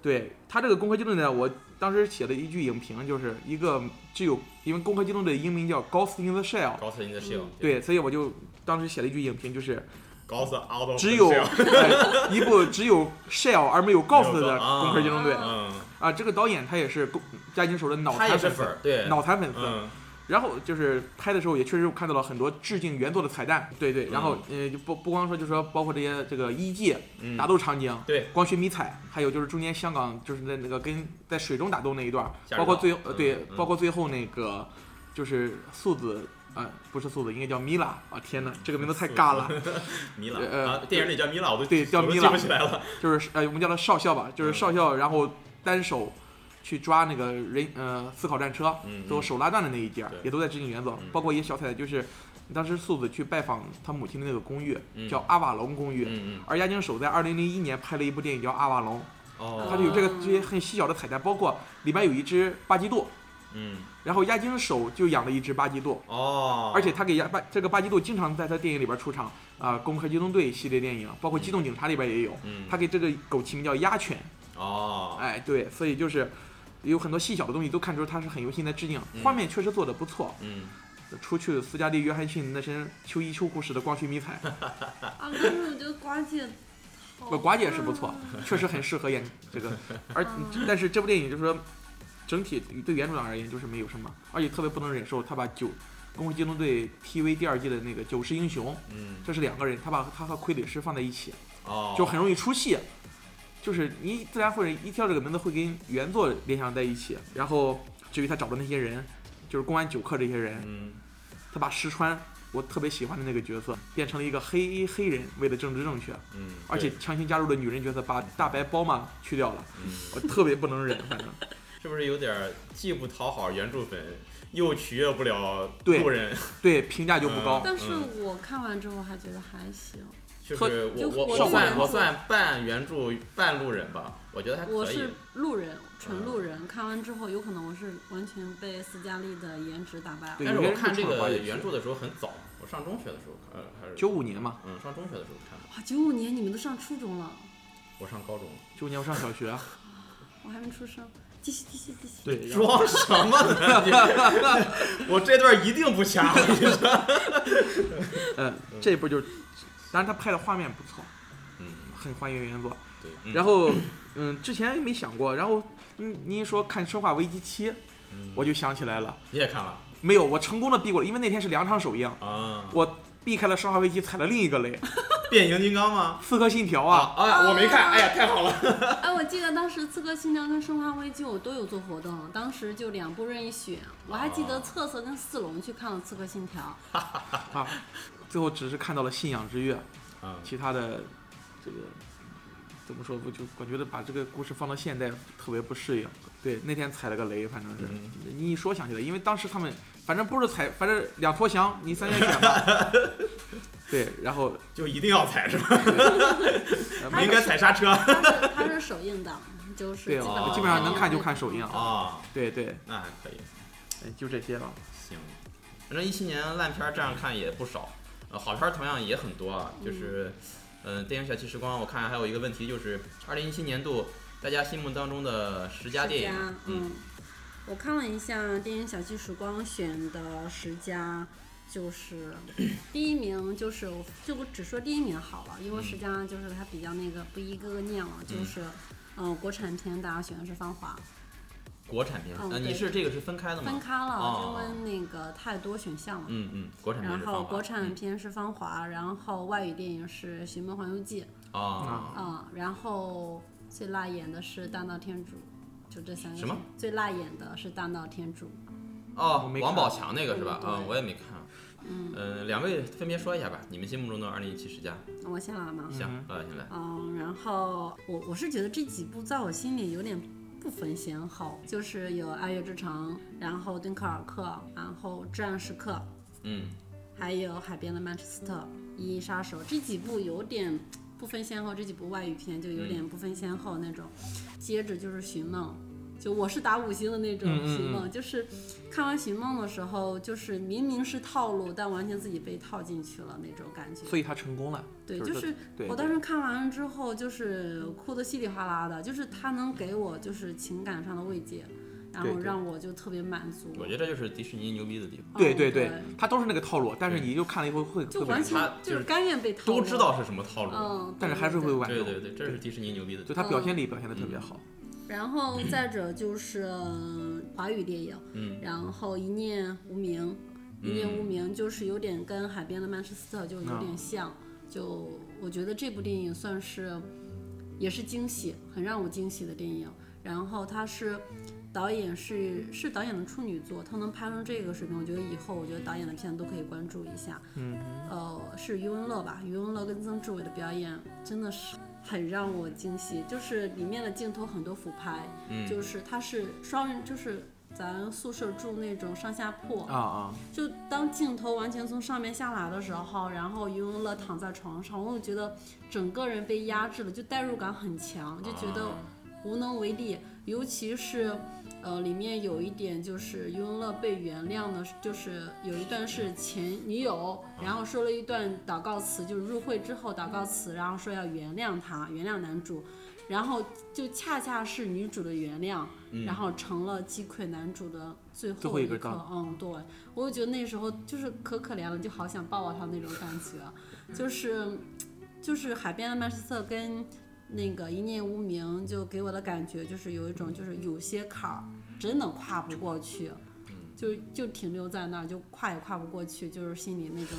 Speaker 3: 对他这个《攻壳机动队》呢，我当时写了一句影评，就是一个具有因为《攻壳机动队》英名叫《Ghost in the Shell》，
Speaker 1: 高斯 in the shield，
Speaker 3: 对，所以我就当时写了一句影评，就是
Speaker 1: 高斯 out of
Speaker 3: 只有
Speaker 1: the shield
Speaker 3: *laughs* 哎一部只有 shell 而没有 ghost 的
Speaker 1: 啊
Speaker 3: 工科机动队
Speaker 1: 嗯，
Speaker 3: 啊，这个导演他也是工家金手的脑
Speaker 1: 他也
Speaker 3: 残
Speaker 1: 是
Speaker 3: 粉
Speaker 1: 粉
Speaker 3: 丝，
Speaker 1: 儿，对，
Speaker 3: 脑残粉丝。
Speaker 1: 嗯，
Speaker 3: 然后就是拍的时候也确实看到了很多致敬原作的彩蛋，对对。然后呃，就不不光说就说包括这些这个一技
Speaker 1: 嗯
Speaker 3: 打斗场景，
Speaker 1: 对，
Speaker 3: 光学迷彩，还有就是中间香港就是在那个跟在水中打斗那一段，
Speaker 1: 下水道
Speaker 3: 包括最后呃
Speaker 1: 嗯
Speaker 3: 对
Speaker 1: 嗯，
Speaker 3: 包括最后那个就是素子。啊、不是素子，应该叫米拉啊！天哪，这个名字太尬了。
Speaker 1: 米拉
Speaker 3: 呃
Speaker 1: 啊，电影里叫米拉，我都
Speaker 3: 对叫
Speaker 1: 我都
Speaker 3: 米拉
Speaker 1: 记不起来了，
Speaker 3: *laughs* 就是呃，我们叫他少校吧，就是
Speaker 1: 嗯
Speaker 3: 少校，然后单手去抓那个人呃思考战车，
Speaker 1: 嗯，
Speaker 3: 最后手拉断的那一节
Speaker 1: 对
Speaker 3: 也都在致敬原作
Speaker 1: 嗯，
Speaker 3: 包括一些小彩蛋，就是当时素子去拜访他母亲的那个公寓
Speaker 1: 嗯
Speaker 3: 叫阿瓦隆公寓，
Speaker 1: 嗯嗯，
Speaker 3: 而押井守在二零零一年拍了一部电影叫《阿瓦隆》，
Speaker 1: 哦，
Speaker 3: 他就有这个
Speaker 2: 哦
Speaker 3: 这些很细小的彩蛋，包括里面有一只巴基杜，
Speaker 1: 嗯，
Speaker 3: 然后押井守就养了一只巴基杜。
Speaker 1: 哦，
Speaker 3: 而且他给押巴这个巴基杜经常在他电影里边出场啊，攻壳机动队》系列电影，包括《机动警察》里边也有，
Speaker 1: 嗯，
Speaker 3: 他给这个狗起名叫鸭犬，
Speaker 1: 哦，
Speaker 3: 哎，对，所以就是有很多细小的东西都看出他是很用心的致敬，
Speaker 1: 嗯
Speaker 3: 画面确实做的不错。
Speaker 1: 嗯，
Speaker 3: 除去斯嘉丽·约翰逊那身秋衣秋裤式的光绪迷彩，
Speaker 2: 啊，但是我觉得瓜姐好
Speaker 3: 呃，瓜姐是不错，确实很适合演这个。而但是这部电影就是说，整体对原著党而言就是没有什么，而且特别不能忍受他把九《攻壳机动队》TV 第二季的那个九十英雄，
Speaker 1: 嗯，
Speaker 3: 这是两个人，他把他和傀儡师放在一起，
Speaker 1: 哦，
Speaker 3: 就很容易出戏。就是你自然会一听到这个名字会跟原作联想在一起。然后至于他找的那些人，就是公安九课这些人，
Speaker 1: 嗯，
Speaker 3: 他把石川我特别喜欢的那个角色变成了一个黑黑人，为了政治正确，
Speaker 1: 嗯，
Speaker 3: 而且
Speaker 1: 对，
Speaker 3: 强行加入的女人角色，把大白包嘛去掉了，
Speaker 1: 嗯，
Speaker 3: 我特别不能忍。反正
Speaker 1: 是不是有点儿既不讨好原著粉，又取悦不了
Speaker 3: 对
Speaker 1: 路人？
Speaker 3: 对评价就不
Speaker 1: 嗯
Speaker 3: 高。
Speaker 2: 但是我看完之后还觉得还行，
Speaker 1: 就是我
Speaker 2: 就
Speaker 1: 我
Speaker 2: 我
Speaker 1: 我算
Speaker 2: 我
Speaker 1: 我算半原著半路人吧，我觉得还
Speaker 2: 我
Speaker 1: 可以
Speaker 2: 是。路人，纯路人。看完之后，有可能我是完全被斯嘉丽的颜值打败了。
Speaker 3: 对
Speaker 1: 但是
Speaker 3: 有
Speaker 1: 我
Speaker 3: 些人
Speaker 1: 看
Speaker 3: 不
Speaker 1: 这
Speaker 3: 唱花
Speaker 1: 个
Speaker 3: 也是
Speaker 1: 原著的时候很早，我上中学的时候看，呃，还是
Speaker 3: 九五年嘛，
Speaker 1: 嗯，上中学的时候看的，
Speaker 2: 哇，九五年你们都上初中了，
Speaker 1: 我上高中。
Speaker 3: 九五年我上小学，啊
Speaker 2: 我还没出生。继续，继续，继续。
Speaker 3: 对，然后
Speaker 1: 装什么呢 *laughs* 你？我这段一定不掐。
Speaker 3: *laughs*
Speaker 1: 我跟你说
Speaker 3: 嗯，这一部就是，当然他拍的画面不错，
Speaker 1: 嗯，
Speaker 3: 很还原原作。
Speaker 1: 对。嗯
Speaker 3: 然后，嗯，之前没想过，然后，嗯，您一说看《生化危机七》，
Speaker 1: 嗯
Speaker 3: 我就想起来了，
Speaker 1: 你也看了
Speaker 3: 没有，我成功的避过了，因为那天是两场首映，
Speaker 1: 啊？
Speaker 3: 我避开了《生化危机》，踩了另一个雷，《
Speaker 1: 变形金刚吗？
Speaker 3: 刺客信条》
Speaker 1: 啊
Speaker 3: 啊，
Speaker 1: 啊！我没看，哎呀，太好了。
Speaker 2: 哎，我记得当时《刺客信条》跟《生化危机》我都有做活动，当时就两部任意选。我还记得策策跟四龙去看了《刺客信条》，
Speaker 1: 啊
Speaker 3: 啊最后只是看到了《信仰之月》，
Speaker 1: 嗯，
Speaker 3: 其他的，这个怎么说，我就我觉得把这个故事放到现代特别不适应。对，那天踩了个雷，反正是、
Speaker 1: 嗯
Speaker 3: 你一说想起来，因为当时他们反正不是踩，反正两坨翔，你三连选吧。
Speaker 1: *laughs*
Speaker 3: 对，然后、
Speaker 1: 就一定要踩是
Speaker 2: *laughs*
Speaker 1: 吧？ *laughs*
Speaker 3: 呃
Speaker 1: 不应该踩刹车啊
Speaker 2: 它是它是首映档，就是
Speaker 3: 对，啊
Speaker 2: 基本
Speaker 1: 哦
Speaker 2: 上
Speaker 3: 基本上能看就看首映。。啊
Speaker 1: 哦
Speaker 3: 对对，
Speaker 1: 那还可以。
Speaker 3: 哎就这些吧。
Speaker 1: 行，反正一七年烂片儿这样看也不少。呃，好片儿同样也很多啊，就是，嗯、电影小憩时光，我看还有一个问题就是，二零一七年度大家心目当中的十佳电影，
Speaker 2: 嗯，我看了一下电影《小憩时光》选的十佳，就是
Speaker 1: *clears throat*
Speaker 2: 第一名就是我就我只说第一名好了，因为
Speaker 1: 嗯
Speaker 2: 十佳就是它比较那个不一个个念了，就
Speaker 1: 嗯
Speaker 2: 是嗯、呃国产片大家选的是《芳华
Speaker 1: 国产片，
Speaker 2: 嗯
Speaker 1: 呃，你
Speaker 2: 对
Speaker 1: 是这个是分开的》，
Speaker 2: 分
Speaker 1: 吗？
Speaker 2: 开了，
Speaker 1: 哦
Speaker 2: 因为那个太多选项了。
Speaker 1: 嗯嗯，国产片
Speaker 2: 然
Speaker 1: 是
Speaker 2: 后
Speaker 1: 放
Speaker 2: 国
Speaker 1: 华
Speaker 2: 产
Speaker 1: 嗯
Speaker 2: 片是《芳华》，然后外语电影是《寻梦环游记》
Speaker 1: 啊，
Speaker 2: 啊、然后最辣眼的是《大闹天竺》，就这三个。
Speaker 1: 什么？
Speaker 2: 最辣眼的是《大闹天竺》。
Speaker 3: 我
Speaker 1: 哦
Speaker 3: 没，看
Speaker 1: 王宝强那个是吧？
Speaker 2: 嗯对
Speaker 1: 啊，我也没看。
Speaker 2: 嗯，
Speaker 1: 嗯，两位分别说一下吧，你们心目中的二零一七十佳。
Speaker 2: 那我先来吗？
Speaker 1: 行
Speaker 3: 嗯，
Speaker 1: 呃，先来。
Speaker 2: 嗯，然后我我是觉得这几部在我心里有点不分先后，就是有《爱乐之城》，然后《敦刻尔克》，然后《至暗时刻
Speaker 1: 嗯，》，
Speaker 2: 还有《海边的曼彻斯特》《一杀手》这几部有点不分先后，这几部外语片就有
Speaker 3: 嗯
Speaker 2: 点不分先后那种。接着就是《寻梦》，就我是打五星的那种
Speaker 3: 嗯嗯
Speaker 2: 《
Speaker 3: 嗯
Speaker 2: 寻梦》，就是看完《寻梦》的时候，就是明明是套路，但完全自己被套进去了那种感觉。
Speaker 3: 所以他成功了。
Speaker 2: 对，
Speaker 3: 就是
Speaker 2: 就是
Speaker 3: 对
Speaker 2: 我当时看完了之后，就是哭得稀里哗啦的，就是他能给我就是情感上的慰藉，然
Speaker 3: 对
Speaker 2: 后
Speaker 3: 对
Speaker 2: 让我就特别满足。
Speaker 1: 我觉得这就是迪士尼牛逼的地方，
Speaker 3: 对
Speaker 2: 嗯
Speaker 3: 对
Speaker 2: 对，
Speaker 3: 他都是那个套路，但是你就看了以后会
Speaker 2: 就
Speaker 3: 特别
Speaker 2: 完，全
Speaker 1: 他就
Speaker 2: 就
Speaker 1: 是
Speaker 2: 是甘愿被套路。
Speaker 1: 都知，道是什么套路。
Speaker 2: 嗯，
Speaker 3: 但是
Speaker 2: 对
Speaker 3: 还是
Speaker 2: 对
Speaker 3: 会完
Speaker 1: 对
Speaker 3: 整。
Speaker 1: 对对，这是迪士尼牛逼的地
Speaker 3: 就他表现
Speaker 2: 嗯
Speaker 3: 力表现的特别好。
Speaker 2: 然后再者就是嗯华语电影，
Speaker 1: 嗯，
Speaker 2: 然后《一念无名》，《一念无名》就是有点跟《海边的曼彻斯特》就有点像，就我觉得这部电影算是也是惊喜，很让我惊喜的电影。然后它是导演是是导演的处女作，他能拍成这个水平，我觉得以后我觉得导演的片子都可以关注一下。
Speaker 3: 嗯，
Speaker 2: 呃，是余文乐吧？余文乐跟曾志伟的表演真的是很让我惊喜，就是里面的镜头很多俯拍，
Speaker 1: 嗯
Speaker 2: 就是他是双人，就是咱宿舍住那种上下
Speaker 1: 嗯
Speaker 2: 铺，
Speaker 3: 啊啊，
Speaker 2: 就当镜头完全从上面下来的时候，然后余文乐躺在床上，我就觉得整个人被压制了，就代入感很强，就觉得
Speaker 1: 啊
Speaker 2: 无能为力，尤其是。呃，里面有一点就是
Speaker 3: 嗯
Speaker 2: 余文乐被原谅的，就是有一段是前女友，
Speaker 3: 嗯
Speaker 2: 然后说了一段祷告词，就是入会之后祷告词，然后说要原谅他，原谅男主，然后就恰恰是女主的原谅，然后成了击溃男主的最
Speaker 3: 嗯最
Speaker 2: 后
Speaker 3: 后一
Speaker 2: 一
Speaker 3: 根
Speaker 2: 刻。嗯，对，我就觉得那时候就是可可怜了，就好想抱抱他那种感觉，就是就是海边的曼彻斯特跟那个一念无名，就给我的感觉就是有一种就是有些坎儿真的跨不过去，
Speaker 3: 嗯
Speaker 2: 就就停留在那儿，就跨也跨不过去，就是心里那种。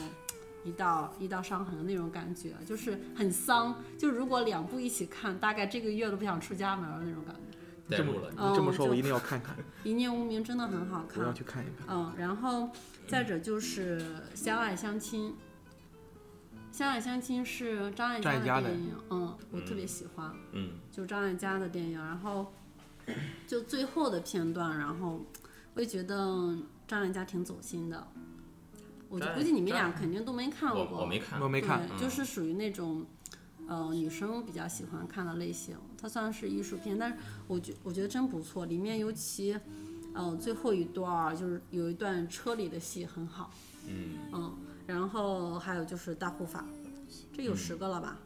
Speaker 2: 一道一道伤痕的那种感觉，就是很丧。就如果两部一起看，大概这个月都不想出家门儿的那种感觉。
Speaker 1: 代入了。
Speaker 2: 嗯
Speaker 3: 你这么说，我一定要看看，
Speaker 2: 《一念无名》真的很好
Speaker 3: 我要
Speaker 2: 看，
Speaker 3: 去看一看。
Speaker 2: 嗯，然后再者就是《相爱相亲》，《相爱相亲》是张艾
Speaker 3: 张艾
Speaker 2: 嘉
Speaker 3: 嘉
Speaker 2: 的
Speaker 3: 的
Speaker 2: 电影，嗯，我特
Speaker 1: 嗯
Speaker 2: 别喜欢。
Speaker 1: 嗯，
Speaker 2: 就张艾嘉的电影，然后就最后的片段，然后我也觉得张艾嘉挺走心的。我就
Speaker 1: 张艾
Speaker 2: 估计你们
Speaker 1: 张
Speaker 2: 俩肯定都没看
Speaker 1: 我
Speaker 2: 过，
Speaker 1: 我没看
Speaker 3: 我。没看，
Speaker 2: 对，
Speaker 1: 嗯
Speaker 2: 就是属于那种，呃，女生比较喜欢看的类型。它算是艺术片，但是我觉我觉得真不错。里面尤其，呃，最后一段儿就是有一段车里的戏很好，
Speaker 1: 嗯，
Speaker 2: 嗯，然后还有就是大护法，这
Speaker 1: 嗯
Speaker 2: 有十个了吧？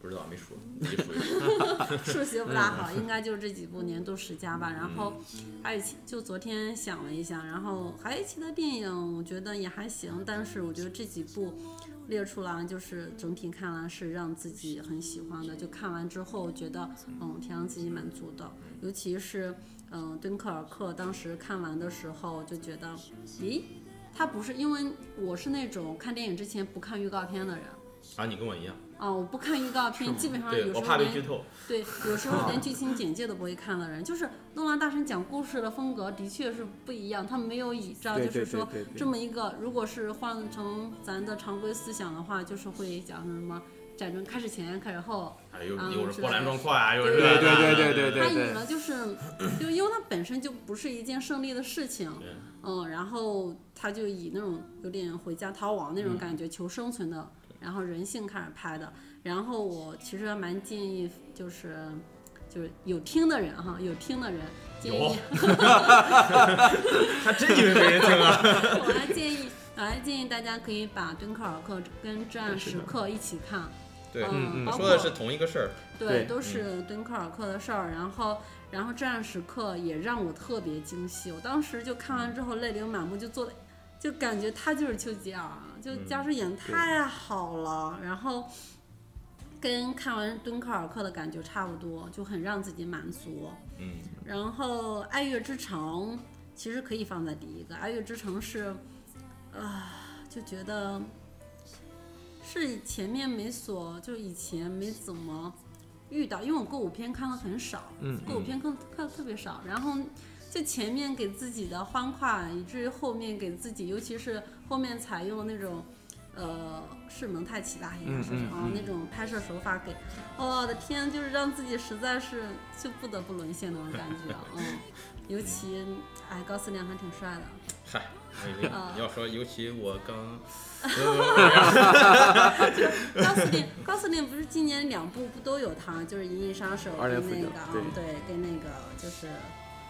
Speaker 1: 不知道，没说。你说一说。 *laughs*
Speaker 2: 数学不大
Speaker 1: 嗯
Speaker 2: 好，应该就是这几部年度十佳吧。然后还有一期，就昨天想了一下，然后还有一期的电影，我觉得也还行，但是我觉得这几部列出来，就是整体看来是让自己很喜欢的，就看完之后觉得，嗯，挺让自己满足的。尤其是，嗯、敦刻尔克，当时看完的时候就觉得，咦，他不是因为我是那种看电影之前不看预告片的人。
Speaker 1: 啊，你跟我一样。
Speaker 2: 啊、我不看预告片，基本上有
Speaker 1: 对，
Speaker 2: 时
Speaker 1: 我
Speaker 2: 候
Speaker 1: 怕被
Speaker 2: 连
Speaker 1: 剧透。
Speaker 2: 对，有时候连剧情简介都不会看的人，就是诺兰大神讲故事的风格的确是不一样，他没有依照
Speaker 3: 对
Speaker 2: 就
Speaker 3: 对
Speaker 2: 是
Speaker 3: 对
Speaker 2: 说
Speaker 3: 对对
Speaker 2: 这么一个，如果是换成咱的常规思想的话，就是会讲什么战争开始前、开始后，
Speaker 1: 哎呦，
Speaker 2: 嗯
Speaker 1: 又
Speaker 2: 是
Speaker 1: 是
Speaker 2: 的
Speaker 1: 波澜壮阔啊，又是
Speaker 2: 对
Speaker 3: 对对对对
Speaker 2: 他引了就是，就因为它本身就不是一件胜利的事情，
Speaker 1: 对
Speaker 2: 嗯，然后他就以那种有点回家逃亡那种感觉、求生存的，然后人性开始拍的。然后我其实还蛮建议，就是就是有听的人哈，有听的人建
Speaker 1: 有
Speaker 2: 议，
Speaker 1: 还真以为没人听啊？
Speaker 2: *laughs* 我还建议哎，建议大家可以把《敦刻尔克》跟《至暗时刻》一起看，
Speaker 1: 对，
Speaker 3: 嗯
Speaker 2: 嗯，
Speaker 3: 嗯
Speaker 1: 你
Speaker 2: 包
Speaker 1: 说的
Speaker 2: 括
Speaker 1: 是同一个事儿，
Speaker 3: 对
Speaker 2: 对，都是敦刻尔克的事儿。然后，然后《至暗时刻》也让我特别惊喜，我当时就看完之后泪流满目，就坐在，就感觉他就是丘吉尔，就
Speaker 1: 嗯
Speaker 2: 加叔演得
Speaker 3: 对
Speaker 2: 太好了。然后，跟看完《敦刻尔克》的感觉差不多，就很让自己满足。
Speaker 1: 嗯，
Speaker 2: 然后《爱乐之城》其实可以放在第一个，《爱乐之城》是，啊、就觉得是前面没所，就以前没怎么遇到，因为我歌舞片看的很少，
Speaker 3: 嗯
Speaker 2: 歌舞片看看的特别少，然后。就前面给自己的欢快，以至于后面给自己，尤其是后面采用那种，呃，是蒙太奇吧，应该是
Speaker 3: 嗯嗯
Speaker 2: 啊、
Speaker 3: 嗯
Speaker 2: 那种拍摄手法给我的天，就是让自己实在是就不得不沦陷那种感觉，
Speaker 3: *laughs*
Speaker 2: 嗯，尤其哎，高思亮还挺帅的，
Speaker 1: 嗨，你
Speaker 2: 啊
Speaker 1: 要说，尤其我刚，
Speaker 2: 高司令，高司令不是今年两部不都有他，就是《银翼杀手》
Speaker 3: 二
Speaker 2: 跟
Speaker 3: 零
Speaker 2: 那
Speaker 3: 四九
Speaker 2: 个啊
Speaker 3: 对
Speaker 2: 对跟那个就是《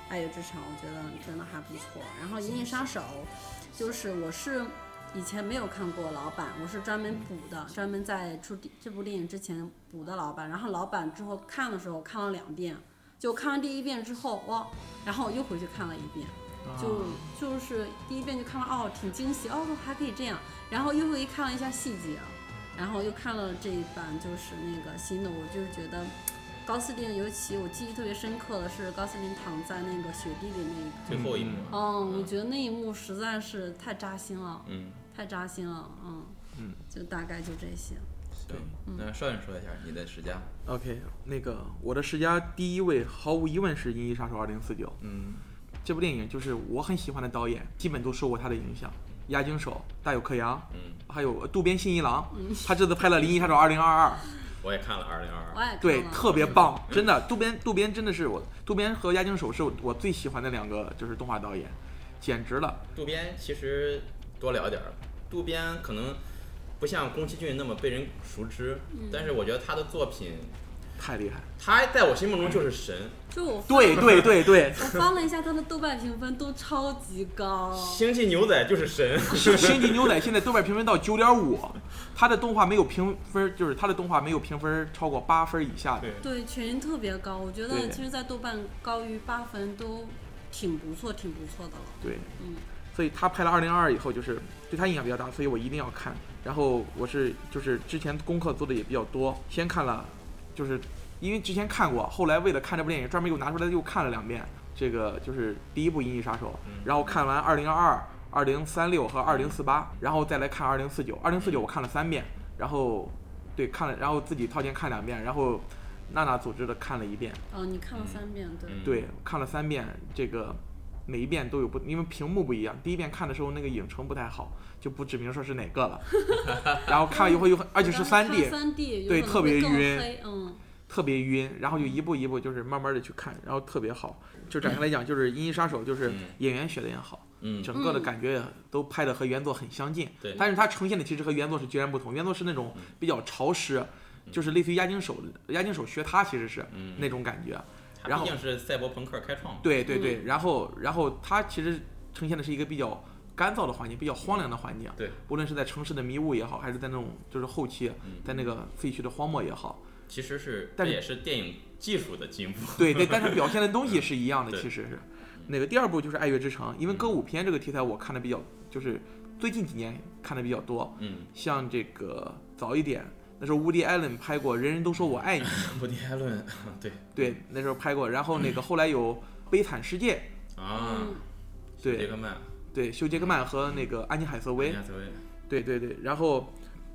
Speaker 2: 爱乐之城》，我觉得真的还不错。然后《银翼杀手》就是我是以前没有看过老版，我是专
Speaker 3: 嗯
Speaker 2: 门补的，专门在出第这部电影之前补的老版。然后老版之后看的时候看了两遍，就看完第一遍之后哇，然后我又回去看了一遍。
Speaker 3: 啊
Speaker 2: 就就是第一遍就看了哦，挺惊喜哦，还可以这样，然后又会看了一下细节，啊然后又看了这一版就是那个新的，我就是觉得高司令，尤其我记忆特别深刻的是高司令躺在那个雪地里那一刻，
Speaker 1: 最后一幕，
Speaker 2: 嗯，我觉得那一幕实在是太扎心了，
Speaker 1: 嗯，
Speaker 2: 太扎心了，嗯
Speaker 3: 嗯，
Speaker 2: 就大概就这些，
Speaker 1: 对，那少远说一下你的十佳，
Speaker 3: OK，那个我的十佳第一位毫无疑问是《银翼杀手二零四九》
Speaker 1: 嗯
Speaker 3: 这部电影，就是我很喜欢的导演，基本都受过他的影响，押井守、大友克洋，
Speaker 1: 嗯，
Speaker 3: 还有渡边信一郎，他这次拍了《银翼杀手二零二二》，
Speaker 1: 我也看了二零二
Speaker 2: 我
Speaker 1: 二，
Speaker 2: 也看
Speaker 3: 对，
Speaker 2: 了
Speaker 3: 特别棒，真的。渡边渡边真的是我，渡边和押井守是我最喜欢的两个就是动画导演，简直了。
Speaker 1: 渡边其实多聊点儿，渡边可能不像宫崎骏那么被人熟知，但是我觉得他的作品，
Speaker 3: 太厉害！
Speaker 1: 他在我心目中就是神，
Speaker 2: 就我翻
Speaker 3: 对对对对，
Speaker 2: 我翻了一下他的豆瓣评分都超级高，
Speaker 1: 星际牛仔就是神，
Speaker 3: 《星际牛仔》现在豆瓣评分到九点五，他的动画没有评分，就是他的动画没有评分超过八分以下的。
Speaker 1: 对，
Speaker 2: 对，全特别高，我觉
Speaker 3: 对
Speaker 2: 得其实，在豆瓣高于八分都挺不错，挺不错的了。
Speaker 3: 对，
Speaker 2: 嗯，
Speaker 3: 所以他拍了二零二以后，就是对他影响比较大，所以我一定要看。然后我是就是之前功课做的也比较多，先看了，就是因为之前看过，后来为了看这部电影，专门又拿出来又看了两遍。这个就是第一部《银翼杀手》
Speaker 1: 嗯，
Speaker 3: 然后看完二零二二、二零三六和二零四八，然后再来看二零四九。二零四九我看了三遍，然后对看了，然后自己掏钱看两遍，然后娜娜组织的看了一遍。
Speaker 2: 哦，你看了三遍，对，
Speaker 1: 嗯
Speaker 3: 对，看了三遍，这个每一遍都有不，因为屏幕不一样。第一遍看的时候那个影城不太好，就不指明说是哪
Speaker 1: *laughs*
Speaker 3: 个了。然后看了以后又很，而且是三 D，
Speaker 2: 三 D，
Speaker 3: 对特别晕
Speaker 2: 黑，嗯，
Speaker 3: 特别晕。然后就一步一步就是慢慢的去看，然后特别好。就展开来讲，就是《银翼杀手》就是
Speaker 1: 嗯
Speaker 3: 演员选的也好，
Speaker 1: 嗯，
Speaker 3: 整个的感觉也都拍的和原作很相近。
Speaker 1: 对嗯
Speaker 3: 但是它呈现的其实和原作是截然不同。原作是那种比较潮湿，就是类似于押井守，押井守学他其实是
Speaker 1: 嗯
Speaker 3: 那种感觉。
Speaker 1: 他
Speaker 3: 然
Speaker 1: 毕
Speaker 3: 后
Speaker 1: 竟是赛博朋克开创嘛，
Speaker 3: 对对对，
Speaker 1: 嗯
Speaker 3: 然后然后它其实呈现的是一个比较干燥的环境，比较荒凉的环境。
Speaker 1: 对，
Speaker 3: 无论是在城市的迷雾也好，还是在那种就是后期
Speaker 1: 嗯
Speaker 3: 在那个废墟的荒漠也
Speaker 1: *laughs*
Speaker 3: 好，
Speaker 1: 其实是这
Speaker 3: 但是
Speaker 1: 也是电影技术的
Speaker 3: *laughs*
Speaker 1: 进步，
Speaker 3: 对对，但是表现的东西是一样的，
Speaker 1: *laughs* 对嗯
Speaker 3: 其实是。那个第二部就是《爱乐之城》，因为歌舞片这个题材我看的比较，就是最近几年看的比较多，
Speaker 1: 嗯，
Speaker 3: 像这个早一点。那时候 Woody Allen 拍过《人人都说我
Speaker 1: *laughs*
Speaker 3: 爱你》，
Speaker 1: 布迪艾伦，对
Speaker 3: 对，那时候拍过。然后那个后来有《悲惨世界》，
Speaker 1: 啊，
Speaker 2: 嗯
Speaker 1: *laughs*
Speaker 3: 对
Speaker 1: 杰克曼，
Speaker 3: 对，休·杰克曼和那个安妮海瑟薇，
Speaker 1: 安妮海瑟薇
Speaker 3: 对对对，然后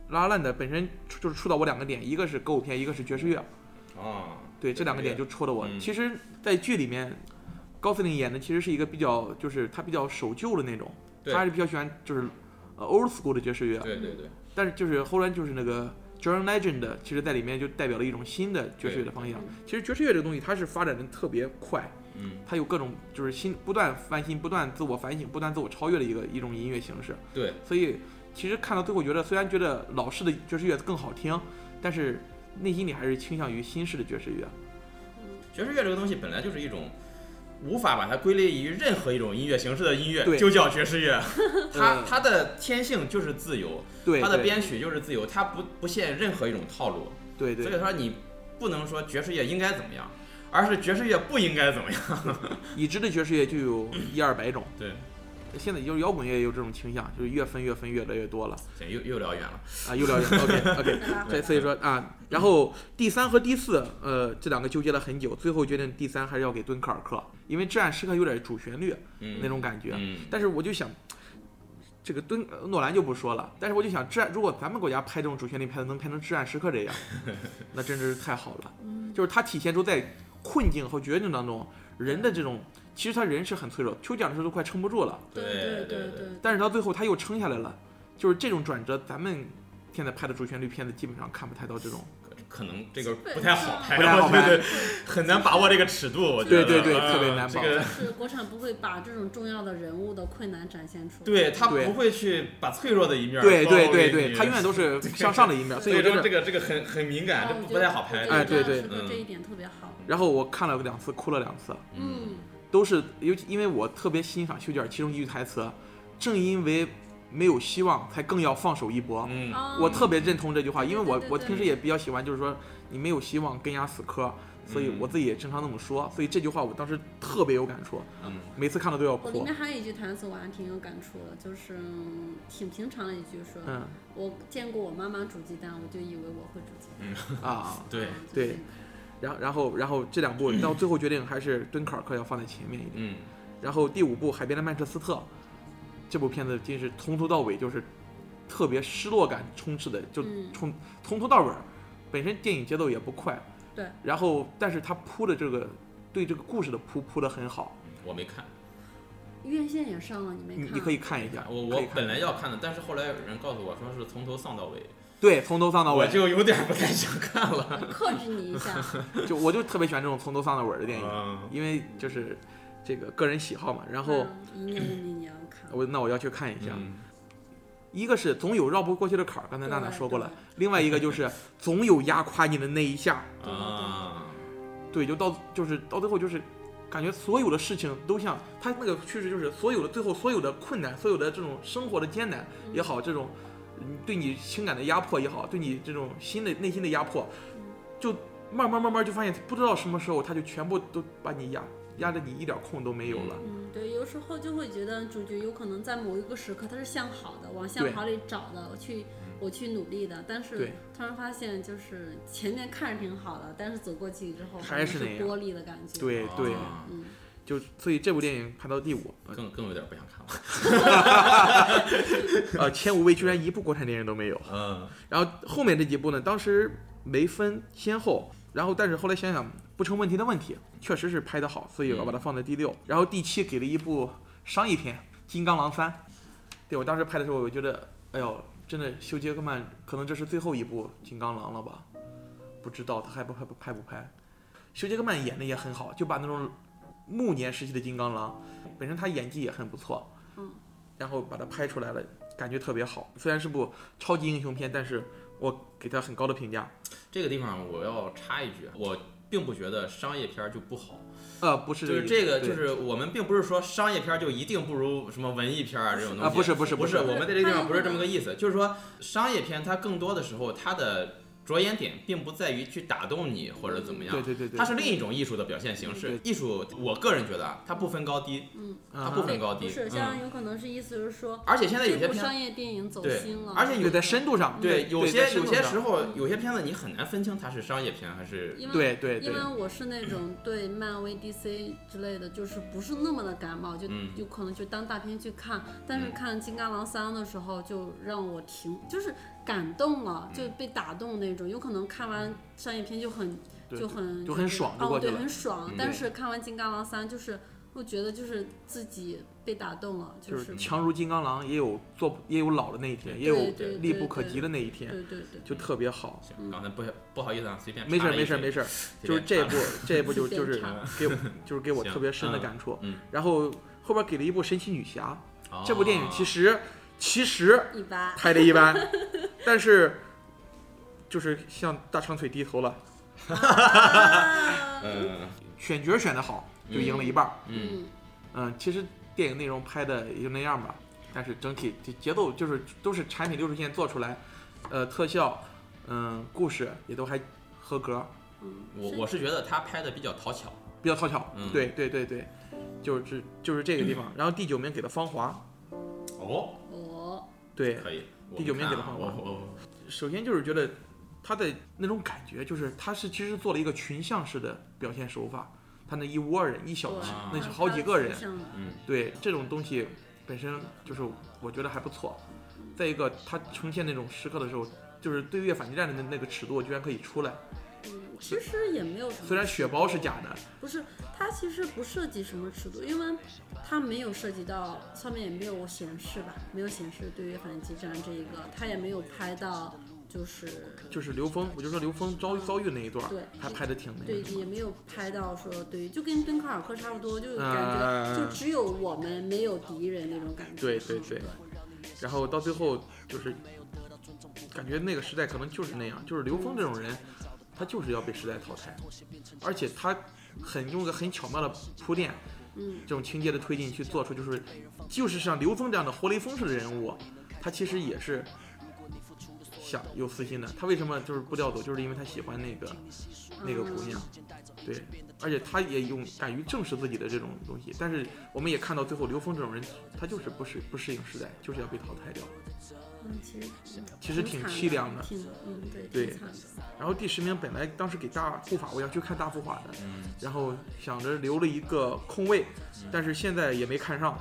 Speaker 3: 拉拉烂的本身触就是触到我两个点，一个是歌舞片，一个是爵士乐，
Speaker 1: 啊，
Speaker 3: 对这两个点就戳到我。
Speaker 1: 嗯
Speaker 3: 其实，在剧里面，高司令演的其实是一个比较，就是他比较守旧的那种，
Speaker 1: 对
Speaker 3: 他还是比较喜欢就是呃 old school 的爵士乐，
Speaker 1: 对对对，
Speaker 3: 但是就是后来就是那个 John Legend，其实在里面就代表了一种新的爵士乐的方向
Speaker 2: 对。
Speaker 3: 其实爵士乐这个东西，它是发展的特别快，
Speaker 1: 嗯，
Speaker 3: 它有各种就是新不断翻新、不断自我反省、不断自我超越的一个一种音乐形式。
Speaker 1: 对，
Speaker 3: 所以其实看到最后，觉得虽然觉得老式的爵士乐更好听，但是内心里还是倾向于新式的爵士乐。
Speaker 2: 嗯
Speaker 1: 爵士乐这个东西本来就是一种无法把它归类于任何一种音乐形式的音乐，
Speaker 3: 对
Speaker 1: 就叫爵士
Speaker 3: *laughs*
Speaker 1: 乐。它
Speaker 3: 嗯
Speaker 1: 它的天性就是自由，
Speaker 3: 对，
Speaker 1: 它的
Speaker 3: 对
Speaker 1: 编曲就是自由，它不不限任何一种套路。
Speaker 3: 对
Speaker 1: 所
Speaker 3: 对
Speaker 1: 以说你不能说爵士乐应该怎么样，而是爵士乐不应该怎么样。
Speaker 3: 已知的爵士乐就有一二百种，
Speaker 1: 对，
Speaker 3: 现在就是摇滚乐也有这种倾向，就是越分越分越来越多了
Speaker 1: 行，又又聊远了。
Speaker 3: 啊，又了解 OK OK，对，所以说啊，然后第三和第四，呃，这两个纠结了很久，最后决定第三还是要给敦刻尔克，因为《至暗时刻》有点主旋律
Speaker 1: 嗯，
Speaker 3: 那种感觉，
Speaker 1: 嗯，
Speaker 3: 但是我就想。这个敦呃诺兰就不说了，但是我就想，至暗如果咱们国家拍这种主旋律拍的能拍成《至暗时刻》
Speaker 1: *laughs*
Speaker 3: 这样，那真是太好了。
Speaker 2: 嗯
Speaker 3: 就是它体现出在困境和绝境当中人的这种，其实他人是很脆弱，丘吉尔那时候都快撑不住了，
Speaker 2: 对
Speaker 1: 对
Speaker 2: 对
Speaker 1: 对，
Speaker 3: 但是到最后他又撑下来了，就是这种转折，咱们现在拍的主旋律片子基本上看不太到这种。
Speaker 1: 可可能这个不太好拍，
Speaker 3: 不太好
Speaker 1: 哎我觉得
Speaker 3: 拍
Speaker 1: 很难把握这个尺度。我觉得
Speaker 3: 对对对
Speaker 1: 啊
Speaker 3: 特别难
Speaker 1: 这
Speaker 3: 把握
Speaker 1: 个
Speaker 2: 是国产不会把这种重要的人物的困难展现出来。
Speaker 1: 对他
Speaker 3: 对
Speaker 1: 不会去把脆弱的一面
Speaker 3: 对
Speaker 1: 暴露
Speaker 3: 对
Speaker 1: 给
Speaker 3: 对
Speaker 1: 你
Speaker 3: 对，他永远
Speaker 1: *laughs*
Speaker 3: 都是向上的一面，
Speaker 1: 所
Speaker 3: 所以
Speaker 1: 以
Speaker 3: 我觉
Speaker 1: 说这
Speaker 3: 得。
Speaker 1: 个这个很很敏感，
Speaker 2: 啊，
Speaker 1: 这
Speaker 2: 我
Speaker 1: 不
Speaker 2: 觉
Speaker 1: 不
Speaker 2: 得
Speaker 1: 太好拍。这个
Speaker 2: 我觉得
Speaker 3: 哎对对
Speaker 2: 这个
Speaker 1: 嗯
Speaker 2: 这一点特别好。
Speaker 3: 然后我看了两次，哭了两次，
Speaker 2: 嗯，
Speaker 3: 都是尤其因为我特别欣赏丘吉尔其中一句台词：“正因为没有希望，才更要放手一搏。”
Speaker 1: 嗯，
Speaker 2: 啊
Speaker 3: 我特别认同这句话，因为
Speaker 2: 对
Speaker 3: 我
Speaker 2: 对对
Speaker 3: 我平时也比较喜欢，就是说你没有希望跟人家死磕，所以
Speaker 1: 嗯
Speaker 3: 我自己也经常那么说，所以这句话我当时特别有感触，
Speaker 1: 嗯
Speaker 3: 每次看到都要
Speaker 2: 我里
Speaker 3: 哭
Speaker 2: 面。还有一句台词我还挺有感触的，就是嗯挺平常的一句说，
Speaker 3: 嗯
Speaker 2: 我见过我妈妈煮鸡蛋，我就以为我会煮鸡蛋。
Speaker 3: 啊，
Speaker 1: 对，
Speaker 2: 就是
Speaker 3: 对然后然后然后这
Speaker 1: *clears throat*
Speaker 3: 两部到最后决定还是敦刻尔克要放在前面一点。
Speaker 1: 嗯
Speaker 3: 然后第五部《海边的曼彻斯特》，这部片子真是从头到尾就是特别失落感充斥的，就
Speaker 2: 嗯
Speaker 3: 从从头到尾儿，本身电影节奏也不快，
Speaker 2: 对，
Speaker 3: 然后但是他铺的这个对这个故事的铺铺的很好，
Speaker 1: 我没看，
Speaker 2: 院线也上了，你没
Speaker 3: 你
Speaker 2: 看？啊
Speaker 3: 你可以看一下，
Speaker 1: 我
Speaker 3: 可
Speaker 1: 我
Speaker 3: 以看
Speaker 1: 本来要看的，但是后来有人告诉我说是从头丧到尾，
Speaker 3: 对从头丧到
Speaker 1: 我
Speaker 3: 尾，
Speaker 1: 就有点不太想看了。
Speaker 2: 克制你一下。
Speaker 3: 就我就特别喜欢这种从头丧到尾儿的电影，
Speaker 1: 嗯
Speaker 3: 因为就是这个个人喜好嘛， *laughs* 然后。
Speaker 2: 嗯一年一年你要看。
Speaker 3: 我那我要去看一下，
Speaker 1: 嗯
Speaker 3: 一个是总有绕不过去的坎儿，刚才娜娜
Speaker 2: 对
Speaker 3: 说过了
Speaker 2: 对；
Speaker 3: 另外一个就是总有压垮你的那一下，
Speaker 2: 对
Speaker 1: 啊，
Speaker 3: 对，就到就是到最后就是，感觉所有的事情都像他那个趋势，就是所有的最后所有的困难，所有的这种生活的艰难也好，这种嗯对你情感的压迫也好，对你这种心的内心的压迫，就慢慢慢慢就发现不知道什么时候他就全部都把你压压得你一点空都没有了。
Speaker 2: 嗯，对，有时候就会觉得主角有可能在某一个时刻他是向好的，往
Speaker 3: 对嗯
Speaker 2: 向好里找的，我去我去努力的，但是
Speaker 3: 对
Speaker 2: 突然发现就是前面看着挺好的，但是走过去之后
Speaker 3: 还是
Speaker 2: 是
Speaker 3: 那样
Speaker 2: 玻璃的感觉。，
Speaker 3: 对对，
Speaker 1: 啊
Speaker 2: 嗯，
Speaker 3: 就所以这部电影排到第五，
Speaker 1: 更更有点不想看了。
Speaker 3: 呃，前五位居然一部国产电影都没有。
Speaker 1: 嗯，
Speaker 3: 然后后面这几部呢，当时没分先后，然后但是后来想想不成问题的问题，确实是拍得好，所以我把它放在第六。然后第七给了一部商业片《金刚狼三》，对我当时拍的时候，我觉得，哎呦，真的休·杰克曼可能这是最后一部《金刚狼》了吧？不知道他还不拍不拍不拍。休·杰克曼演的也很好，就把那种暮年时期的金刚狼，本身他演技也很不错，
Speaker 2: 嗯，
Speaker 3: 然后把它拍出来了，感觉特别好。虽然是部超级英雄片，但是我给他很高的评价。
Speaker 1: *laughs* 这个地方我要插一句，我并不觉得商业片儿就不好。
Speaker 3: 呃，不是
Speaker 1: 就
Speaker 3: 个
Speaker 1: 是
Speaker 3: 意思，
Speaker 1: 这个，
Speaker 3: 对
Speaker 1: 就是我们并不是说商业片儿就一定不如什么文艺片儿啊这种东西
Speaker 3: 啊不是不是
Speaker 1: 不
Speaker 3: 不
Speaker 1: 是，
Speaker 3: 是
Speaker 1: 我们在这个地方不是这么个意思，就是说商业片它更多的时候它的着眼点并不在于去打动你或者怎么样，
Speaker 3: 对对对对，
Speaker 1: 它是另一种艺术的表现形式。艺术，我个人觉得啊，它不分高低，它不
Speaker 3: 啊
Speaker 1: 分高低
Speaker 2: 嗯不是，
Speaker 1: 嗯
Speaker 2: 像有可能是意思就是说，
Speaker 1: 而且现在有
Speaker 2: 这
Speaker 1: 些
Speaker 2: 部
Speaker 1: 片
Speaker 2: 商业电影走
Speaker 1: 对
Speaker 2: 心了，
Speaker 1: 而且
Speaker 3: 嗯对在深度上，
Speaker 1: 对有
Speaker 3: 在
Speaker 1: 些
Speaker 3: 深
Speaker 1: 有
Speaker 3: 度
Speaker 1: 些
Speaker 3: 上
Speaker 1: 时候有些片子你很难分清它是商业片还是
Speaker 2: 因为
Speaker 3: 对对
Speaker 2: 因
Speaker 3: 对
Speaker 2: 为我是那种对漫威、DC 之类的，就是不是那么的感冒，就、
Speaker 1: 嗯
Speaker 2: 就可能就当大片去看。但是
Speaker 1: 嗯
Speaker 2: 看《金刚狼三》的时候，就让我挺就是感动了，
Speaker 3: 嗯
Speaker 2: 就被打动那种。有可能看完商业片就很
Speaker 3: 对
Speaker 2: 就很
Speaker 3: 就很爽就
Speaker 2: 哦，
Speaker 3: 过去
Speaker 2: 对，
Speaker 3: 了
Speaker 2: 很爽
Speaker 1: 嗯。
Speaker 2: 但是看完《金刚狼三》，就是我觉得就是自己被打动了，
Speaker 3: 就是是强如金刚狼，也有做不也有老的那一天，
Speaker 1: 对
Speaker 3: 也有
Speaker 2: 对对
Speaker 3: 力
Speaker 2: 对
Speaker 3: 不可
Speaker 2: 对
Speaker 3: 及的那一天，
Speaker 2: 对对对，
Speaker 3: 就特别好。
Speaker 1: 行，刚才不不好意思啊，随便
Speaker 3: 嗯没事
Speaker 1: 插
Speaker 3: 儿
Speaker 1: 了一
Speaker 3: 没事儿
Speaker 1: 句
Speaker 3: 没事儿，
Speaker 1: 随
Speaker 3: 就是
Speaker 1: 便
Speaker 3: 这一
Speaker 1: 插了
Speaker 3: 部这一部就就是
Speaker 2: 随便
Speaker 3: 给我就是给我
Speaker 1: 行
Speaker 3: 特别深的
Speaker 1: 嗯
Speaker 3: 感触
Speaker 1: 嗯。
Speaker 3: 然后后边给了一部神奇女侠，这部电影其
Speaker 1: 哦
Speaker 3: 实其实
Speaker 2: 一
Speaker 3: *laughs*
Speaker 2: 般。 *laughs*
Speaker 3: 拍的一般，但是就是向大长腿低头了。
Speaker 2: 啊
Speaker 1: 嗯，
Speaker 3: 选角选得好，就赢了一半儿。
Speaker 1: 嗯，
Speaker 3: 嗯，其实电影内容拍的也就那样吧，但是整体节节奏就是都是产品流水线做出来，呃，特效，嗯，故事也都还合格，
Speaker 2: 嗯，
Speaker 1: 我
Speaker 2: 是
Speaker 1: 我是觉得他拍的比较讨巧，
Speaker 3: 比较讨巧。
Speaker 1: 嗯
Speaker 3: 对对对对，就是就是这个地方。
Speaker 1: *clears throat*
Speaker 3: 然后第九名给了《芳华
Speaker 1: 哦，》，
Speaker 2: 我
Speaker 3: 对，
Speaker 1: 可以，我
Speaker 3: 第九名
Speaker 1: 看
Speaker 3: 给了
Speaker 1: 啊
Speaker 3: 芳华
Speaker 1: 我我
Speaker 3: 首先就是觉得他的那种感觉，就是他是其实做了一个群像式的表现手法，他那一窝人一小
Speaker 2: 对
Speaker 3: 群，
Speaker 1: 啊
Speaker 3: 那是好几个人，
Speaker 1: 嗯
Speaker 3: 对这种东西本身就是我觉得还不错。再一个，他呈现那种时刻的时候，就是对越反击战的那那个尺度居然可以出来，
Speaker 2: 嗯，其实也没有什么。
Speaker 3: 虽然血包是假的，
Speaker 2: 不是，它其实不涉及什么尺度，因为它没有涉及到上面也没有显示吧，没有显示对于反击战这一个，它也没有拍到，就是
Speaker 3: 就是刘峰，我就说刘峰遭遭遇那一段儿
Speaker 2: 对，
Speaker 3: 还拍的挺那
Speaker 2: 对，
Speaker 3: 个什么
Speaker 2: 也没有拍到说对于，就跟敦刻尔克差不多，就感觉
Speaker 3: 呃
Speaker 2: 就只有我们没有敌人那种感觉。
Speaker 3: 对对
Speaker 2: 嗯
Speaker 3: 对然后到最后就是感觉那个时代可能就是那样，就是刘峰这种人，他就是要被时代淘汰，而且他很用一个很巧妙的铺垫，
Speaker 2: 嗯，
Speaker 3: 这种情节的推进去做出，就是就是像刘峰这样的活雷锋式的人物，他其实也是想有私心的。他为什么就是不调走，就是因为他喜欢那个那个
Speaker 2: 嗯
Speaker 3: 姑娘，对，而且他也用敢于正视自己的这种东西。但是我们也看到最后，刘峰这种人，他就是不适不适应时代，就是要被淘汰掉。
Speaker 2: 嗯，其实嗯
Speaker 3: 其实挺凄凉的
Speaker 2: 挺嗯对，
Speaker 3: 对
Speaker 2: 挺惨的。
Speaker 3: 然后第十名本来当时给大护法，我要去看大护法的，
Speaker 1: 嗯，
Speaker 3: 然后想着留了一个空位，但是现在也没
Speaker 1: *laughs*
Speaker 3: 看上，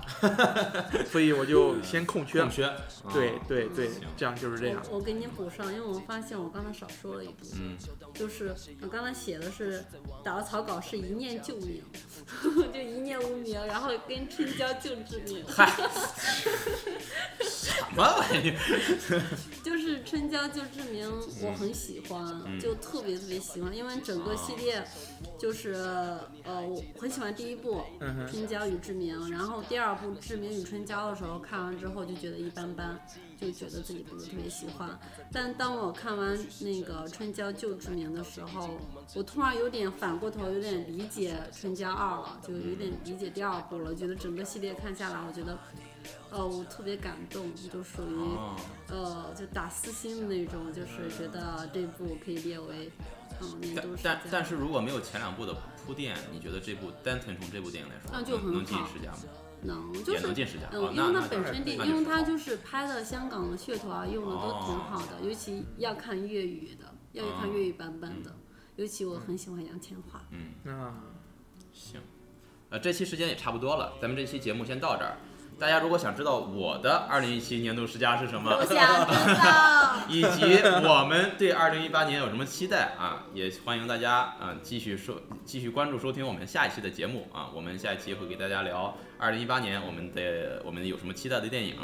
Speaker 3: 所以我就先空缺
Speaker 1: 空。缺，
Speaker 3: 对
Speaker 1: 啊，
Speaker 3: 对对
Speaker 1: 行，
Speaker 3: 这样就是这样。
Speaker 2: 我我给您补上，因为我发现我刚才少说了一步，
Speaker 1: 嗯，
Speaker 2: 就是我刚才写的是打了草稿是一念救命， *laughs* 就一念无名，然后跟春娇救致命，
Speaker 1: 什么玩意儿？
Speaker 2: 就是春娇救志明，我很喜欢，
Speaker 1: 嗯
Speaker 2: 就特别特别喜欢，因为整个系列就是呃，我很喜欢第一部
Speaker 3: 嗯
Speaker 2: 《春娇与志明》，然后第二部《志明与春娇》的时候，看完之后就觉得一般般，就觉得自己不是特别喜欢。但当我看完那个《春娇救志明》的时候，我突然有点反过头，有点理解《春娇二》了，就有点理解第二部了。觉得整个系列看下来，我觉得，呃，我特别感动，就属于。
Speaker 1: 哦
Speaker 2: 呃，就打私心的那种，就是觉得这部可以列为嗯年
Speaker 1: 但
Speaker 2: 度十佳
Speaker 1: 但。但是如果没有前两部的铺垫，你觉得这部单纯从这部电影来说，
Speaker 2: 那就
Speaker 1: 能
Speaker 2: 很
Speaker 1: 能进
Speaker 2: 好
Speaker 1: 十佳吗？
Speaker 2: 能就
Speaker 1: 也
Speaker 2: 是
Speaker 1: 能进十佳
Speaker 2: 嗯
Speaker 1: 哦，
Speaker 2: 因
Speaker 1: 那
Speaker 2: 为
Speaker 1: 那
Speaker 2: 它本身
Speaker 1: 就
Speaker 2: 电，
Speaker 1: 那
Speaker 2: 因为
Speaker 1: 就
Speaker 2: 它
Speaker 1: 好哦
Speaker 2: 就是拍的香港的噱头啊，用的都挺好的，尤其要看粤语的，要看粤语版本的，尤其我很喜欢杨千嬅。
Speaker 1: 嗯，
Speaker 3: 啊，
Speaker 1: 行，呃，这期时间也差不多了，咱们这期节目先到这儿。大家如果想知道我的二零一七年度十佳是什 *laughs* 么
Speaker 2: *laughs* 我，想知道，
Speaker 1: 以及我们对二零一八年有什么期待啊，也欢迎大家啊、继续收继续关注收听我们下一期的节目啊，我们下一期会给大家聊二零一八年我们的我们有什么期待的电影。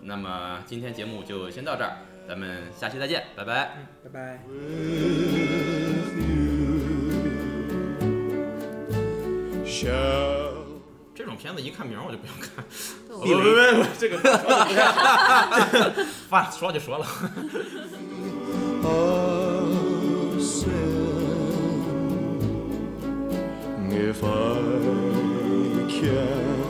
Speaker 1: 那么今天节目就先到这儿，咱们下期再见，拜拜。
Speaker 3: 嗯，拜拜。
Speaker 4: Show.
Speaker 1: 这种片子一看名儿我就不用看，
Speaker 2: 对
Speaker 1: 哦不不不不，这个话说就说了。
Speaker 4: I said, If I can